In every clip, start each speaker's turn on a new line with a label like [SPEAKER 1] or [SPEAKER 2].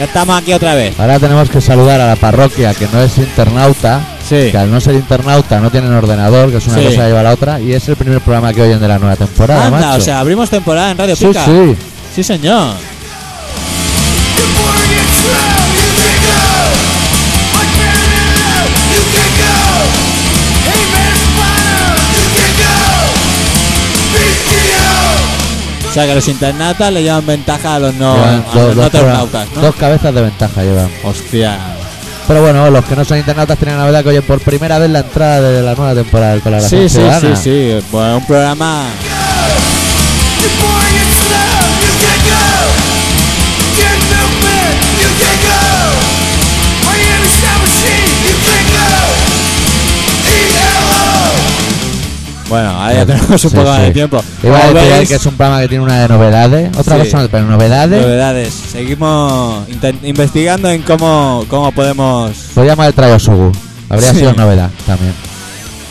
[SPEAKER 1] estamos aquí otra vez.
[SPEAKER 2] Ahora tenemos que saludar a la parroquia que no es internauta,
[SPEAKER 1] Sí.
[SPEAKER 2] que al no ser internauta no tienen ordenador, que es una
[SPEAKER 1] Sí.
[SPEAKER 2] cosa lleva a la otra, y es el primer programa que oyen de la nueva temporada.
[SPEAKER 1] Anda,
[SPEAKER 2] Ah, macho.
[SPEAKER 1] o sea, abrimos temporada en Radio
[SPEAKER 2] sí,
[SPEAKER 1] Pica.
[SPEAKER 2] sí.
[SPEAKER 1] Sí, señor. O sea, que los internautas le llevan ventaja a los no,
[SPEAKER 2] Llevan
[SPEAKER 1] a los
[SPEAKER 2] dos,
[SPEAKER 1] no
[SPEAKER 2] dos programas-
[SPEAKER 1] internautas, ¿no?
[SPEAKER 2] dos cabezas de ventaja llevan.
[SPEAKER 1] Hostia.
[SPEAKER 2] Pero bueno, los que no son internautas tienen la novedad que oyen por primera vez la entrada de la nueva temporada del Colaboración
[SPEAKER 1] Sí, sí, sí,
[SPEAKER 2] Ciudadana.
[SPEAKER 1] sí. Bueno, un programa. Bueno, ahora ya tenemos un
[SPEAKER 2] Sí,
[SPEAKER 1] poco
[SPEAKER 2] sí.
[SPEAKER 1] de tiempo.
[SPEAKER 2] Iba a
[SPEAKER 1] Como
[SPEAKER 2] decir
[SPEAKER 1] veis,
[SPEAKER 2] que es un programa que tiene una de novedades, otra
[SPEAKER 1] Sí.
[SPEAKER 2] cosa, pero novedades.
[SPEAKER 1] novedades. Seguimos inten- investigando en cómo, cómo podemos
[SPEAKER 2] Voy a llamar el Trayo Sugu. Habría
[SPEAKER 1] Sí.
[SPEAKER 2] sido novedad también.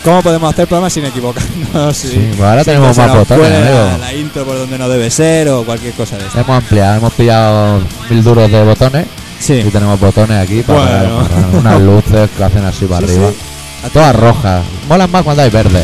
[SPEAKER 1] cómo podemos hacer programas sin equivocarnos. Sí,
[SPEAKER 2] pues ahora tenemos más botones,
[SPEAKER 1] la,
[SPEAKER 2] amigo.
[SPEAKER 1] la intro por donde no debe ser o cualquier cosa de eso.
[SPEAKER 2] Hemos ampliado, hemos pillado mil duros de botones. Y
[SPEAKER 1] Sí.
[SPEAKER 2] tenemos botones aquí para
[SPEAKER 1] Bueno.
[SPEAKER 2] para unas luces que hacen así para
[SPEAKER 1] Sí,
[SPEAKER 2] arriba.
[SPEAKER 1] sí.
[SPEAKER 2] Todas rojas. Molan más cuando hay verde.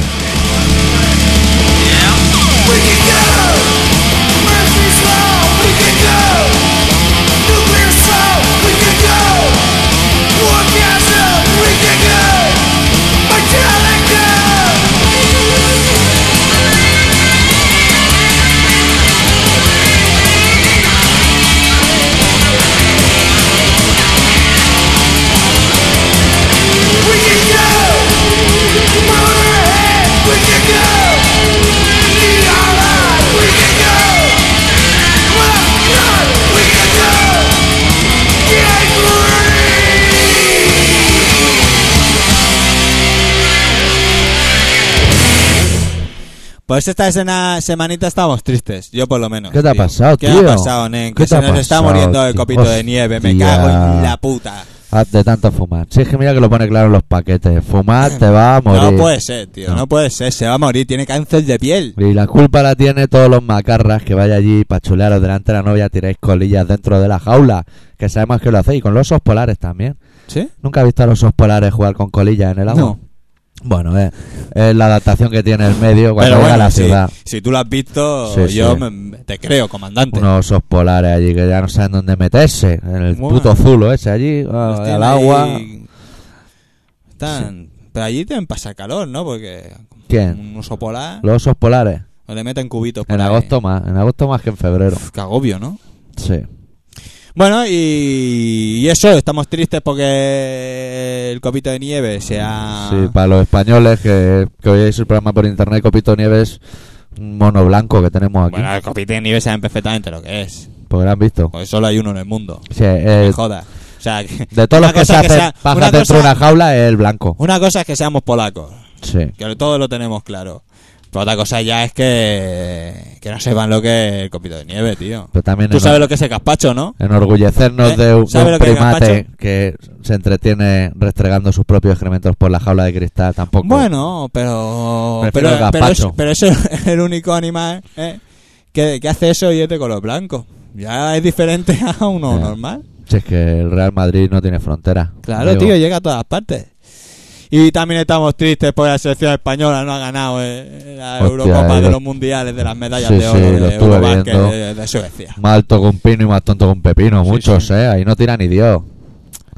[SPEAKER 1] Pues esta escena, semanita estamos tristes, yo por lo menos.
[SPEAKER 2] ¿Qué te ha
[SPEAKER 1] tío.
[SPEAKER 2] pasado,
[SPEAKER 1] ¿Qué
[SPEAKER 2] tío?
[SPEAKER 1] ha pasado, nen? Que
[SPEAKER 2] ¿Qué te
[SPEAKER 1] se
[SPEAKER 2] ha
[SPEAKER 1] nos está
[SPEAKER 2] pasado,
[SPEAKER 1] muriendo el
[SPEAKER 2] tío?
[SPEAKER 1] copito de nieve, me
[SPEAKER 2] Hostia.
[SPEAKER 1] cago en la puta.
[SPEAKER 2] Ah, De tanto fumar. Si es que mira que lo pone claro en los paquetes. Fumar te va a morir.
[SPEAKER 1] No pues. puede ser, tío, no. puede ser, se va a morir, tiene cáncer de piel.
[SPEAKER 2] Y la culpa la tiene todos los macarras que vaya allí pachulearos delante de la novia, tiráis colillas dentro de la jaula, que sabemos que lo hacéis, y con los osos polares también.
[SPEAKER 1] ¿Sí?
[SPEAKER 2] ¿Nunca he visto a los osos polares jugar con colillas en el agua?
[SPEAKER 1] No.
[SPEAKER 2] Bueno, eh, es la adaptación que tiene el medio cuando
[SPEAKER 1] Pero
[SPEAKER 2] llega
[SPEAKER 1] bueno,
[SPEAKER 2] a la
[SPEAKER 1] si,
[SPEAKER 2] ciudad.
[SPEAKER 1] si tú lo has visto,
[SPEAKER 2] Sí,
[SPEAKER 1] yo
[SPEAKER 2] sí.
[SPEAKER 1] me- te creo, comandante.
[SPEAKER 2] Unos osos polares allí que ya no saben dónde meterse, en el
[SPEAKER 1] Buah.
[SPEAKER 2] puto zulo ese allí,
[SPEAKER 1] Los
[SPEAKER 2] ah,
[SPEAKER 1] tienen
[SPEAKER 2] al agua.
[SPEAKER 1] ahí- Están... Pero allí deben pasar calor, ¿no? Porque
[SPEAKER 2] ¿Quién?
[SPEAKER 1] un oso polar
[SPEAKER 2] Los osos polares.
[SPEAKER 1] o le meten cubitos. por
[SPEAKER 2] En
[SPEAKER 1] ahí.
[SPEAKER 2] agosto más, en agosto más que en febrero.
[SPEAKER 1] Uf, qué agobio, ¿no?
[SPEAKER 2] Sí.
[SPEAKER 1] Bueno, y, y eso, estamos tristes porque el copito de nieve se ha...
[SPEAKER 2] Sí, para los españoles que, que oíais el programa por internet, Copito Nieves, un mono blanco que tenemos aquí.
[SPEAKER 1] bueno, el copito de nieve saben perfectamente lo que es.
[SPEAKER 2] porque lo han visto.
[SPEAKER 1] Porque solo hay uno en el mundo.
[SPEAKER 2] Sí, eh,
[SPEAKER 1] Me joda. O sea, que-
[SPEAKER 2] de todos los
[SPEAKER 1] una
[SPEAKER 2] que se
[SPEAKER 1] cosa
[SPEAKER 2] hacen
[SPEAKER 1] sea-
[SPEAKER 2] pajas
[SPEAKER 1] una
[SPEAKER 2] dentro de
[SPEAKER 1] cosa-
[SPEAKER 2] una jaula es el blanco.
[SPEAKER 1] Una cosa es que seamos polacos,
[SPEAKER 2] Sí.
[SPEAKER 1] que todos lo tenemos claro. Pero otra cosa ya es que, que no sepan lo que es el copito de nieve, tío.
[SPEAKER 2] Pero también
[SPEAKER 1] Tú
[SPEAKER 2] en-
[SPEAKER 1] sabes lo que es el gazpacho, ¿no?
[SPEAKER 2] enorgullecernos
[SPEAKER 1] ¿Eh?
[SPEAKER 2] de un, de
[SPEAKER 1] ¿Sabe
[SPEAKER 2] un
[SPEAKER 1] lo que es
[SPEAKER 2] primate que se entretiene restregando sus propios excrementos por la jaula de cristal tampoco.
[SPEAKER 1] Bueno, pero pero,
[SPEAKER 2] Prefiero el
[SPEAKER 1] pero es,
[SPEAKER 2] gazpacho.
[SPEAKER 1] pero eso es el único animal eh, que, que hace eso y es de color blanco. Ya es diferente a uno
[SPEAKER 2] Ya.
[SPEAKER 1] normal.
[SPEAKER 2] Si es que el Real Madrid no tiene frontera.
[SPEAKER 1] Claro,
[SPEAKER 2] amigo.
[SPEAKER 1] tío, llega a todas partes. Y también estamos tristes porque la selección española no ha ganado eh, la
[SPEAKER 2] Hostia,
[SPEAKER 1] Eurocopa
[SPEAKER 2] eh,
[SPEAKER 1] de
[SPEAKER 2] lo-
[SPEAKER 1] los mundiales de las medallas
[SPEAKER 2] Sí,
[SPEAKER 1] de oro
[SPEAKER 2] sí, lo
[SPEAKER 1] de
[SPEAKER 2] estuve
[SPEAKER 1] Eurobasket
[SPEAKER 2] viendo.
[SPEAKER 1] de, de Suecia.
[SPEAKER 2] Más alto que un pino y más tonto que un pepino.
[SPEAKER 1] Sí,
[SPEAKER 2] muchos,
[SPEAKER 1] sí.
[SPEAKER 2] ¿eh? Ahí no tira ni Dios.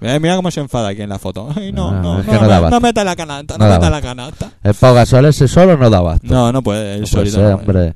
[SPEAKER 1] Eh, mira cómo se enfada aquí en la foto. Ay, no,
[SPEAKER 2] Ah,
[SPEAKER 1] no,
[SPEAKER 2] es
[SPEAKER 1] no,
[SPEAKER 2] que no
[SPEAKER 1] me-
[SPEAKER 2] da abasto.
[SPEAKER 1] no meta la canasta, no,
[SPEAKER 2] No da
[SPEAKER 1] meta la canasta.
[SPEAKER 2] El Pau Gasol ese solo no daba abasto.
[SPEAKER 1] No, no puede, él
[SPEAKER 2] No puede
[SPEAKER 1] solito
[SPEAKER 2] ser,
[SPEAKER 1] no puede.
[SPEAKER 2] hombre.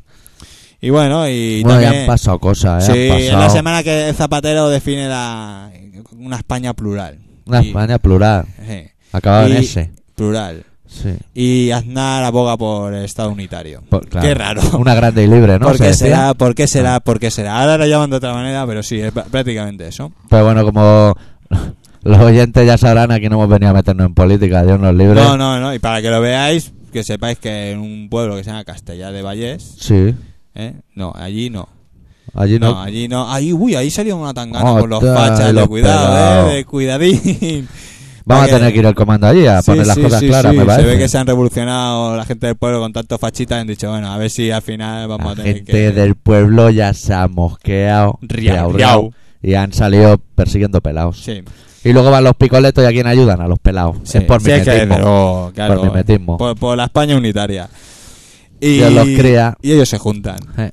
[SPEAKER 1] Y bueno, y
[SPEAKER 2] Bueno, ya
[SPEAKER 1] también...
[SPEAKER 2] han pasado cosas,
[SPEAKER 1] Sí,
[SPEAKER 2] ¿eh? han
[SPEAKER 1] es
[SPEAKER 2] pasado
[SPEAKER 1] la semana que Zapatero define la, una España plural.
[SPEAKER 2] Una
[SPEAKER 1] Y-
[SPEAKER 2] España plural.
[SPEAKER 1] sí,
[SPEAKER 2] Acabado en
[SPEAKER 1] Y-
[SPEAKER 2] S.
[SPEAKER 1] plural.
[SPEAKER 2] Sí.
[SPEAKER 1] Y Aznar aboga por el Estado unitario.
[SPEAKER 2] Por- claro.
[SPEAKER 1] Qué raro.
[SPEAKER 2] Una grande y libre, ¿no?
[SPEAKER 1] ¿Por
[SPEAKER 2] Se
[SPEAKER 1] qué
[SPEAKER 2] decía. Ah.
[SPEAKER 1] será? ¿Por qué será? ¿Por qué será? Ahora lo llaman de otra manera, pero sí, es pr- prácticamente eso.
[SPEAKER 2] Pero bueno, como los oyentes ya sabrán, aquí no hemos venido a meternos en política. Dios nos libre.
[SPEAKER 1] No, no, no. Y para que lo veáis, que sepáis que en un pueblo que se llama Castellar de Vallés,
[SPEAKER 2] Sí.
[SPEAKER 1] ¿eh? no, allí no.
[SPEAKER 2] Allí no.
[SPEAKER 1] No, allí no. Ahí, uy, ahí salió una tangana con los
[SPEAKER 2] Hostia,
[SPEAKER 1] fachas.
[SPEAKER 2] los
[SPEAKER 1] De cuidado,
[SPEAKER 2] pelados.
[SPEAKER 1] eh, de cuidadín.
[SPEAKER 2] Vamos
[SPEAKER 1] Para
[SPEAKER 2] a tener que ir al comando allí a
[SPEAKER 1] Sí,
[SPEAKER 2] poner las
[SPEAKER 1] sí,
[SPEAKER 2] cosas
[SPEAKER 1] sí,
[SPEAKER 2] claras,
[SPEAKER 1] sí.
[SPEAKER 2] me
[SPEAKER 1] Se
[SPEAKER 2] parece.
[SPEAKER 1] ve que se han revolucionado la gente del pueblo con tantos fachitas y han dicho, bueno, a ver si al final vamos
[SPEAKER 2] La
[SPEAKER 1] a tener
[SPEAKER 2] gente
[SPEAKER 1] que...
[SPEAKER 2] del pueblo ya se ha mosqueado.
[SPEAKER 1] Riau,
[SPEAKER 2] riau,
[SPEAKER 1] riau.
[SPEAKER 2] riau, Y han salido persiguiendo pelados.
[SPEAKER 1] Sí.
[SPEAKER 2] Y luego van los picoletos y a quién ayudan, a los pelados.
[SPEAKER 1] Sí,
[SPEAKER 2] es por
[SPEAKER 1] sí, que,
[SPEAKER 2] mimetismo.
[SPEAKER 1] pero, claro,
[SPEAKER 2] Por mimetismo.
[SPEAKER 1] Por, por la España unitaria. Y,
[SPEAKER 2] Dios los cría.
[SPEAKER 1] y ellos se juntan.
[SPEAKER 2] Eh.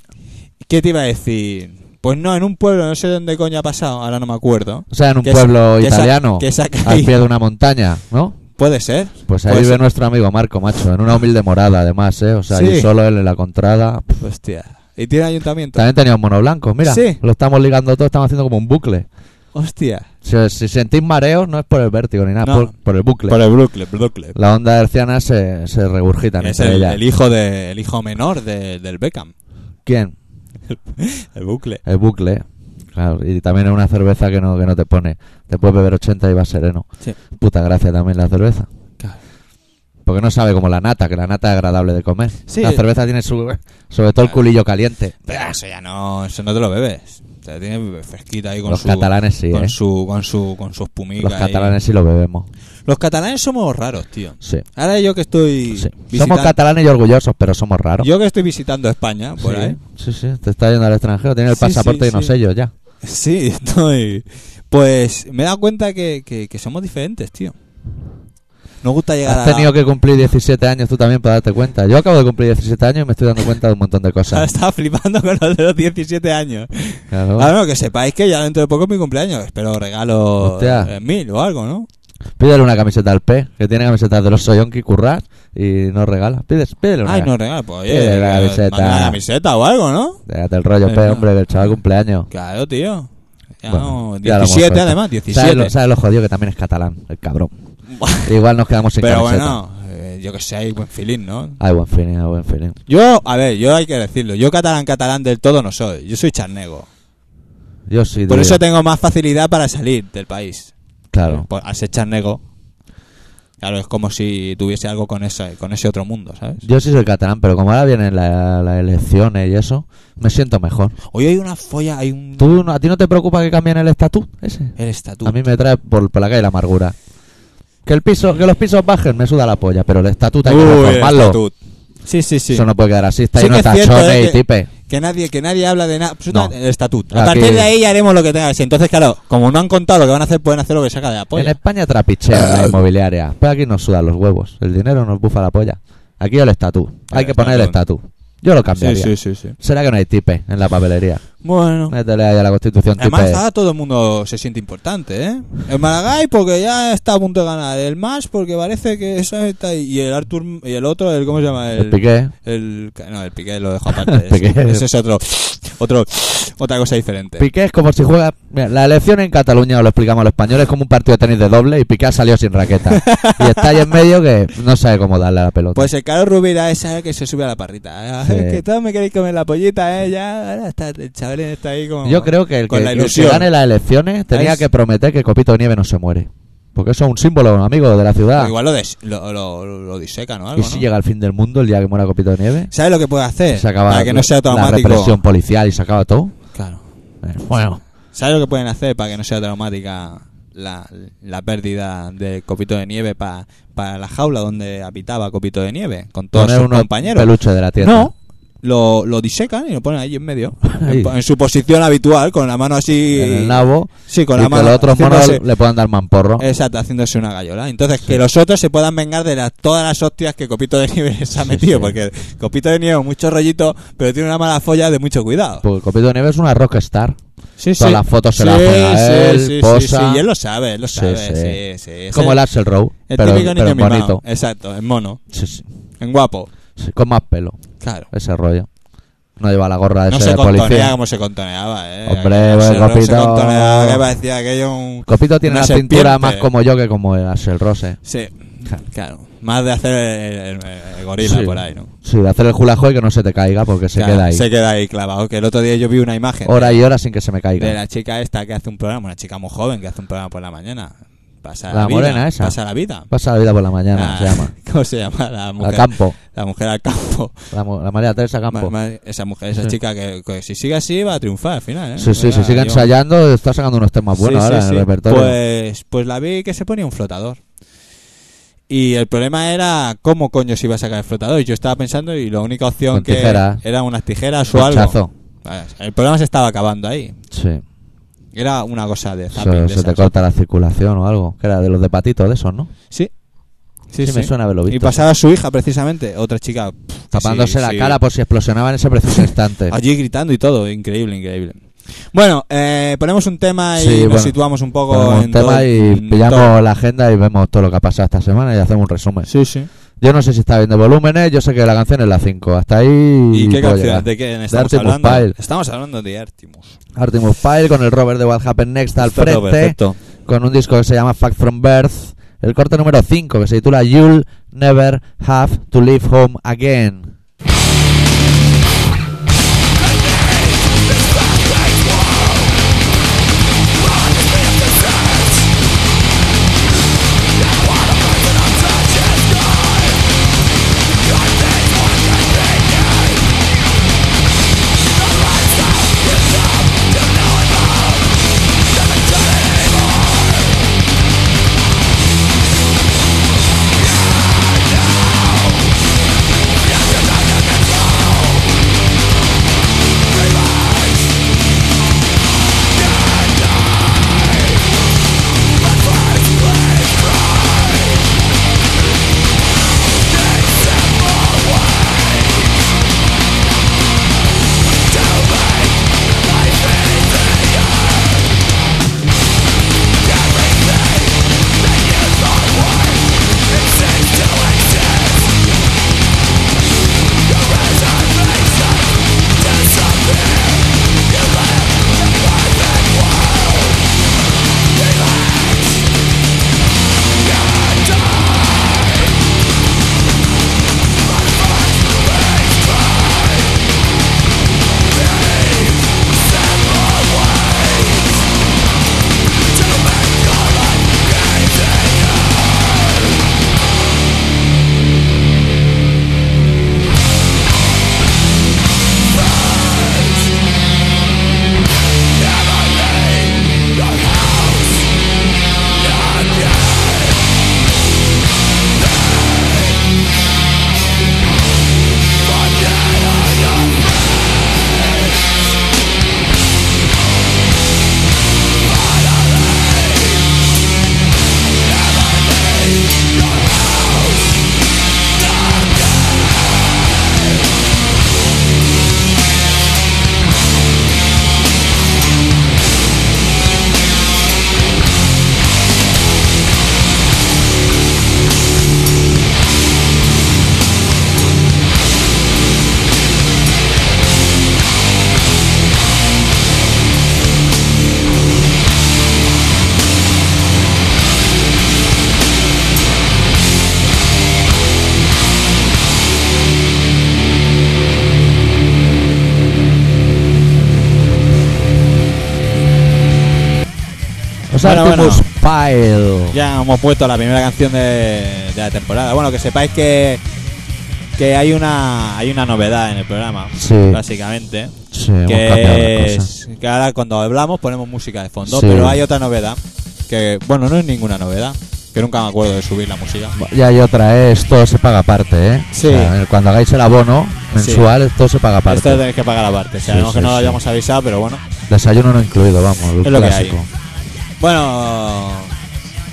[SPEAKER 1] ¿Qué te iba a decir? Pues no, en un pueblo, no sé dónde coño ha pasado, ahora no me acuerdo.
[SPEAKER 2] O sea, en un
[SPEAKER 1] Que sa-
[SPEAKER 2] pueblo
[SPEAKER 1] que sa-
[SPEAKER 2] italiano,
[SPEAKER 1] que saca
[SPEAKER 2] al
[SPEAKER 1] ahí.
[SPEAKER 2] pie de una montaña, ¿no?
[SPEAKER 1] Puede ser.
[SPEAKER 2] Pues ahí
[SPEAKER 1] Puede
[SPEAKER 2] vive
[SPEAKER 1] ser.
[SPEAKER 2] nuestro amigo Marco, macho, en una humilde morada, además, ¿eh? O sea,
[SPEAKER 1] Sí.
[SPEAKER 2] allí solo él en la contrada.
[SPEAKER 1] Hostia. ¿Y tiene ayuntamiento?
[SPEAKER 2] También tenía un mono blanco, mira.
[SPEAKER 1] Sí.
[SPEAKER 2] Lo estamos ligando todo, estamos haciendo como un bucle.
[SPEAKER 1] Hostia.
[SPEAKER 2] Si, si sentís mareos, no es por el vértigo ni nada,
[SPEAKER 1] No.
[SPEAKER 2] por, por el bucle.
[SPEAKER 1] Por el Brooklyn, Brooklyn.
[SPEAKER 2] La onda herciana se, se regurgita
[SPEAKER 1] Es
[SPEAKER 2] entre
[SPEAKER 1] el,
[SPEAKER 2] ella.
[SPEAKER 1] el hijo de, el hijo menor de- del Beckham.
[SPEAKER 2] ¿Quién?
[SPEAKER 1] El bucle.
[SPEAKER 2] El bucle. Claro, y también es una cerveza que no, que no te pone. Te puedes beber 80 y vas sereno.
[SPEAKER 1] Sí.
[SPEAKER 2] Puta gracia también la cerveza.
[SPEAKER 1] Claro.
[SPEAKER 2] Porque no sabe como la nata, que la nata es agradable de comer.
[SPEAKER 1] Sí.
[SPEAKER 2] La cerveza tiene su, sobre todo el
[SPEAKER 1] Claro.
[SPEAKER 2] culillo caliente.
[SPEAKER 1] Pero eso ya no, eso no te lo bebes. O sea, tiene fresquita ahí con
[SPEAKER 2] Los
[SPEAKER 1] su...
[SPEAKER 2] catalanes sí,
[SPEAKER 1] con
[SPEAKER 2] ¿eh?
[SPEAKER 1] su, con su, con su espumiga
[SPEAKER 2] Los
[SPEAKER 1] ahí.
[SPEAKER 2] catalanes sí lo bebemos.
[SPEAKER 1] Los catalanes somos raros, tío.
[SPEAKER 2] Sí.
[SPEAKER 1] Ahora yo que estoy...
[SPEAKER 2] sí. Somos
[SPEAKER 1] visitando-
[SPEAKER 2] catalanes y orgullosos, pero somos raros.
[SPEAKER 1] Yo que estoy visitando España, por
[SPEAKER 2] sí,
[SPEAKER 1] ahí.
[SPEAKER 2] sí, sí, te está yendo al extranjero, tiene el
[SPEAKER 1] Sí,
[SPEAKER 2] pasaporte
[SPEAKER 1] sí,
[SPEAKER 2] y no
[SPEAKER 1] sí.
[SPEAKER 2] sellos ya.
[SPEAKER 1] Sí, estoy... Pues me he dado cuenta que, que, que somos diferentes, tío. Nos gusta llegar
[SPEAKER 2] Has
[SPEAKER 1] Eh, a...
[SPEAKER 2] tenido que cumplir 17 años tú también para darte cuenta. Yo acabo de cumplir 17 años y me estoy dando cuenta de un montón de
[SPEAKER 1] Ahora
[SPEAKER 2] cosas.
[SPEAKER 1] estaba flipando con los de los 17 años.
[SPEAKER 2] Claro.
[SPEAKER 1] Ah, no, que sepáis que ya dentro de poco es mi cumpleaños. Espero regalo
[SPEAKER 2] Hostia.
[SPEAKER 1] eh, mil o algo, ¿no?
[SPEAKER 2] Pídele una camiseta al P, que tiene camisetas de los Soyonki curras y no regala. Pides, pídele una.
[SPEAKER 1] Ay, no regalo. Pues oye,
[SPEAKER 2] Pídele la
[SPEAKER 1] eh,
[SPEAKER 2] camiseta.
[SPEAKER 1] manda una camiseta o algo, ¿no?
[SPEAKER 2] Déjate el rollo,
[SPEAKER 1] Eh,
[SPEAKER 2] P,
[SPEAKER 1] no.
[SPEAKER 2] hombre, que el chaval cumpleaños.
[SPEAKER 1] Claro, tío. Ya
[SPEAKER 2] Bueno,
[SPEAKER 1] no,
[SPEAKER 2] ya lo hemos
[SPEAKER 1] 17
[SPEAKER 2] soltado.
[SPEAKER 1] además, 17.
[SPEAKER 2] ¿Sabes lo, sabes lo jodido que también es catalán, el cabrón? Igual nos quedamos sin
[SPEAKER 1] Pero
[SPEAKER 2] camiseta. Ah.
[SPEAKER 1] bueno, eh, yo que sé, hay buen feeling, ¿no?
[SPEAKER 2] Ay, buen feeling, ay, buen feeling.
[SPEAKER 1] Yo, a ver, yo hay que decirlo. Yo catalán, catalán del todo no soy. Yo soy charnego.
[SPEAKER 2] Yo sí,
[SPEAKER 1] Por
[SPEAKER 2] tío.
[SPEAKER 1] eso tengo más facilidad para salir del país. Eh,
[SPEAKER 2] Claro.
[SPEAKER 1] Por- al ser charnego. Claro, es como si tuviese algo con ese, con ese otro mundo, ¿sabes?
[SPEAKER 2] Yo sí soy catalán, pero como ahora vienen la- las elecciones y eso, me siento mejor.
[SPEAKER 1] Hoy hay una folla, hay un...
[SPEAKER 2] ¿Tú, no- ¿A ti no te preocupa que cambien el estatut ese?
[SPEAKER 1] El estatuto.
[SPEAKER 2] A mí me trae por, por la calle la amargura. Que el piso, que los pisos bajen me suda la polla, pero el estatuto hay que
[SPEAKER 1] Uy, el
[SPEAKER 2] reformarlo.
[SPEAKER 1] estatut. Sí, sí, sí.
[SPEAKER 2] Eso no puede quedar así, está
[SPEAKER 1] Sí
[SPEAKER 2] lleno
[SPEAKER 1] que
[SPEAKER 2] de
[SPEAKER 1] es cierto,
[SPEAKER 2] tachones
[SPEAKER 1] ¿eh?
[SPEAKER 2] y tipe.
[SPEAKER 1] Que nadie, que nadie habla de nada.
[SPEAKER 2] No.
[SPEAKER 1] El estatuto. A
[SPEAKER 2] Aquí-
[SPEAKER 1] partir de ahí ya haremos lo que tenga que ser. Entonces, claro, como no han contado lo que van a hacer, pueden hacer lo que saca de la
[SPEAKER 2] En
[SPEAKER 1] polla.
[SPEAKER 2] España trapichean
[SPEAKER 1] Ah.
[SPEAKER 2] la inmobiliaria, pero aquí nos sudan los huevos, el dinero nos bufa la polla. Aquí el estatut, hay
[SPEAKER 1] El
[SPEAKER 2] que poner el
[SPEAKER 1] estatut.
[SPEAKER 2] estatut. Yo lo
[SPEAKER 1] Sí,
[SPEAKER 2] cambiaría.
[SPEAKER 1] sí, sí, sí.
[SPEAKER 2] Será que no hay tipe en la papelería.
[SPEAKER 1] Bueno.
[SPEAKER 2] Métele ahí a la constitución
[SPEAKER 1] Además, ah,
[SPEAKER 2] tipe.
[SPEAKER 1] ahora todo el mundo se siente importante, ¿eh? El Maragall porque ya está a punto de ganar. El Mas porque parece que eso está... Y el Artur... Y el otro, el, ¿cómo se llama?
[SPEAKER 2] El Piqué.
[SPEAKER 1] el- no, el Piqué lo dejo aparte.
[SPEAKER 2] Piqué.
[SPEAKER 1] Ese- Ese es otro... otro otra cosa diferente.
[SPEAKER 2] Piqué es como si juega. Mira, la elección en Cataluña, os lo explicamos a los españoles, es como un partido de tenis de doble y Piqué ha salido sin raqueta. y está ahí en medio que no sabe cómo darle a la pelota.
[SPEAKER 1] Pues el Carlos Rubira es el que se sube a la parrita. ¿eh?
[SPEAKER 2] Sí.
[SPEAKER 1] Es que todos me queréis comer la pollita, ¿eh? Ya, ahora está, el chaval está ahí como...
[SPEAKER 2] Yo creo que el
[SPEAKER 1] con
[SPEAKER 2] que,
[SPEAKER 1] la
[SPEAKER 2] el que
[SPEAKER 1] ilusión.
[SPEAKER 2] gane las elecciones tenía
[SPEAKER 1] Es-
[SPEAKER 2] que prometer que Copito de Nieve no se muere. Porque eso es un símbolo, amigo, de la ciudad.
[SPEAKER 1] O Pues Igual lo, des- lo, lo- lo disecan o algo,
[SPEAKER 2] y si
[SPEAKER 1] ¿no?
[SPEAKER 2] llega el fin del mundo el día que muera Copito de Nieve,
[SPEAKER 1] ¿Sabes lo que puede hacer?
[SPEAKER 2] se acaba
[SPEAKER 1] para que no sea
[SPEAKER 2] la
[SPEAKER 1] traumático.
[SPEAKER 2] represión policial y se acaba todo.
[SPEAKER 1] Claro.
[SPEAKER 2] Eh, Bueno,
[SPEAKER 1] ¿Sabes lo que pueden hacer para que no sea traumática la, la pérdida de Copito de Nieve pa- para la jaula donde habitaba Copito de Nieve? Con todos
[SPEAKER 2] poner
[SPEAKER 1] sus
[SPEAKER 2] unos
[SPEAKER 1] compañeros.
[SPEAKER 2] peluches de la tierra.
[SPEAKER 1] No, lo, lo disecan y lo ponen ahí en medio.
[SPEAKER 2] Ahí.
[SPEAKER 1] En, en su posición habitual, con la mano así.
[SPEAKER 2] En el nabo.
[SPEAKER 1] Sí, con
[SPEAKER 2] y
[SPEAKER 1] la
[SPEAKER 2] que
[SPEAKER 1] mano.
[SPEAKER 2] los otros monos
[SPEAKER 1] haciéndose-
[SPEAKER 2] le puedan dar manporro.
[SPEAKER 1] Exacto, haciéndose una gallola. Entonces,
[SPEAKER 2] Sí.
[SPEAKER 1] que los otros se puedan vengar de las- todas las hostias que Copito de Nieve se ha
[SPEAKER 2] Sí,
[SPEAKER 1] metido.
[SPEAKER 2] sí.
[SPEAKER 1] Porque Copito de Nieve, mucho rollito, pero tiene una mala folla de mucho cuidado.
[SPEAKER 2] Porque Copito de Nieve es una rockstar.
[SPEAKER 1] Sí,
[SPEAKER 2] Pues Todas las fotos se las hacen a él, posa.
[SPEAKER 1] sí, y él lo sabe, él lo
[SPEAKER 2] Sí,
[SPEAKER 1] sabe.
[SPEAKER 2] sí.
[SPEAKER 1] Sí, sí, es
[SPEAKER 2] Como
[SPEAKER 1] el,
[SPEAKER 2] el Axel Rowe,
[SPEAKER 1] el
[SPEAKER 2] pero,
[SPEAKER 1] típico niño
[SPEAKER 2] pero
[SPEAKER 1] mimado.
[SPEAKER 2] bonito.
[SPEAKER 1] Exacto, en mono,
[SPEAKER 2] Sí, sí,
[SPEAKER 1] en guapo.
[SPEAKER 2] sí, con más pelo,
[SPEAKER 1] Claro.
[SPEAKER 2] ese rollo. No lleva la gorra
[SPEAKER 1] No
[SPEAKER 2] ese
[SPEAKER 1] se
[SPEAKER 2] de
[SPEAKER 1] contoneaba
[SPEAKER 2] policía.
[SPEAKER 1] como se contoneaba, eh.
[SPEAKER 2] Hombre,
[SPEAKER 1] Aquel
[SPEAKER 2] pues,
[SPEAKER 1] Axl Rose se
[SPEAKER 2] Copito.
[SPEAKER 1] contoneaba, que parecía aquello un...
[SPEAKER 2] Copito tiene
[SPEAKER 1] una
[SPEAKER 2] la pintura
[SPEAKER 1] serpiente.
[SPEAKER 2] más como yo que como el Axel Rose.
[SPEAKER 1] Sí,
[SPEAKER 2] Claro.
[SPEAKER 1] claro. Más de hacer el, el- el gorila
[SPEAKER 2] Sí.
[SPEAKER 1] por ahí, ¿no?
[SPEAKER 2] Sí, de hacer el hula hoop y que no se te caiga porque se
[SPEAKER 1] Claro,
[SPEAKER 2] queda ahí.
[SPEAKER 1] Se queda ahí clavado. Que el otro día yo vi una imagen de-
[SPEAKER 2] Hora y hora sin que se me caiga.
[SPEAKER 1] de la chica esta que hace un programa, una chica muy joven que hace un programa por la mañana. Pasa la,
[SPEAKER 2] La
[SPEAKER 1] vida,
[SPEAKER 2] morena esa.
[SPEAKER 1] Pasa la vida.
[SPEAKER 2] Pasa la vida por la mañana,
[SPEAKER 1] Ah,
[SPEAKER 2] se llama.
[SPEAKER 1] ¿Cómo se llama la
[SPEAKER 2] La
[SPEAKER 1] mujer?
[SPEAKER 2] Campo.
[SPEAKER 1] La mujer al campo.
[SPEAKER 2] La, mu- la María Teresa Campo.
[SPEAKER 1] Ma- ma- esa mujer, esa
[SPEAKER 2] Sí.
[SPEAKER 1] chica que, que si sigue así va a triunfar al final. ¿eh?
[SPEAKER 2] sí, sí,
[SPEAKER 1] Mira,
[SPEAKER 2] si sigue
[SPEAKER 1] yo-
[SPEAKER 2] ensayando, está sacando unos temas
[SPEAKER 1] Sí,
[SPEAKER 2] buenos
[SPEAKER 1] sí,
[SPEAKER 2] Ah, ahora en
[SPEAKER 1] sí.
[SPEAKER 2] el repertorio.
[SPEAKER 1] Pues, pues la vi que se ponía un flotador. Y el problema era cómo coño se iba a sacar el flotador. Y yo estaba pensando y la única opción
[SPEAKER 2] Con
[SPEAKER 1] que
[SPEAKER 2] tijeras.
[SPEAKER 1] era unas tijeras Pues, o algo.
[SPEAKER 2] Pinchazo.
[SPEAKER 1] Vale, El programa se estaba acabando ahí.
[SPEAKER 2] Sí.
[SPEAKER 1] Era una cosa de
[SPEAKER 2] Eso-
[SPEAKER 1] zapping. de
[SPEAKER 2] se te
[SPEAKER 1] esas.
[SPEAKER 2] corta la circulación o algo. Que era de los de patitos de esos, ¿no?
[SPEAKER 1] Sí. Sí,
[SPEAKER 2] me
[SPEAKER 1] sí.
[SPEAKER 2] suena haberlo visto.
[SPEAKER 1] Y pasaba su hija, precisamente, otra chica. pff, que sí,
[SPEAKER 2] Tapándose la
[SPEAKER 1] sí.
[SPEAKER 2] cara por si explosionaba en ese preciso instante.
[SPEAKER 1] Allí gritando y todo, increíble, increíble. Bueno, eh, ponemos un tema y
[SPEAKER 2] Sí,
[SPEAKER 1] nos
[SPEAKER 2] bueno.
[SPEAKER 1] situamos un poco
[SPEAKER 2] Ponemos
[SPEAKER 1] en
[SPEAKER 2] un tema
[SPEAKER 1] todo-
[SPEAKER 2] y
[SPEAKER 1] en
[SPEAKER 2] pillamos
[SPEAKER 1] todo.
[SPEAKER 2] la agenda y vemos todo lo que ha pasado esta semana y hacemos un resumen.
[SPEAKER 1] Sí, sí.
[SPEAKER 2] Yo no sé si está bien de volúmenes, yo sé que la canción es la 5. Hasta ahí.
[SPEAKER 1] ¿Y qué
[SPEAKER 2] puedo
[SPEAKER 1] canción?
[SPEAKER 2] llegar.
[SPEAKER 1] Mm, ¿De qué estamos
[SPEAKER 2] Artemus
[SPEAKER 1] hablando?
[SPEAKER 2] Pyle.
[SPEAKER 1] Estamos hablando de Artemus.
[SPEAKER 2] Artemus Pyle con el Robert de What Happened Next al
[SPEAKER 1] Está todo
[SPEAKER 2] frente,
[SPEAKER 1] perfecto.
[SPEAKER 2] con un disco que se llama Fact from Birth, el corte número 5 que se titula You'll Never Have to Leave Home Again. O sea,
[SPEAKER 1] Bueno,
[SPEAKER 2] Artemus Pyle.
[SPEAKER 1] Ya hemos puesto la primera canción de, de la temporada. Bueno, que sepáis que que hay una hay una novedad en el programa,
[SPEAKER 2] Sí.
[SPEAKER 1] básicamente.
[SPEAKER 2] Sí, hemos cambiado las
[SPEAKER 1] Que,
[SPEAKER 2] cosas.
[SPEAKER 1] es, que ahora cuando hablamos ponemos música de fondo,
[SPEAKER 2] Sí.
[SPEAKER 1] pero hay otra novedad que bueno no es ninguna novedad, que nunca me acuerdo de subir la música.
[SPEAKER 2] Ya hay otra, es todo se paga aparte, ¿eh?
[SPEAKER 1] Sí.
[SPEAKER 2] O sea, cuando hagáis el abono mensual, todo se paga aparte.
[SPEAKER 1] Esta tenéis que pagar aparte.
[SPEAKER 2] Sí,
[SPEAKER 1] Sabemos
[SPEAKER 2] sí,
[SPEAKER 1] que no lo
[SPEAKER 2] sí.
[SPEAKER 1] hayamos avisado, pero bueno.
[SPEAKER 2] Desayuno no incluido, vamos, el
[SPEAKER 1] Es lo que hay.
[SPEAKER 2] clásico.
[SPEAKER 1] Bueno,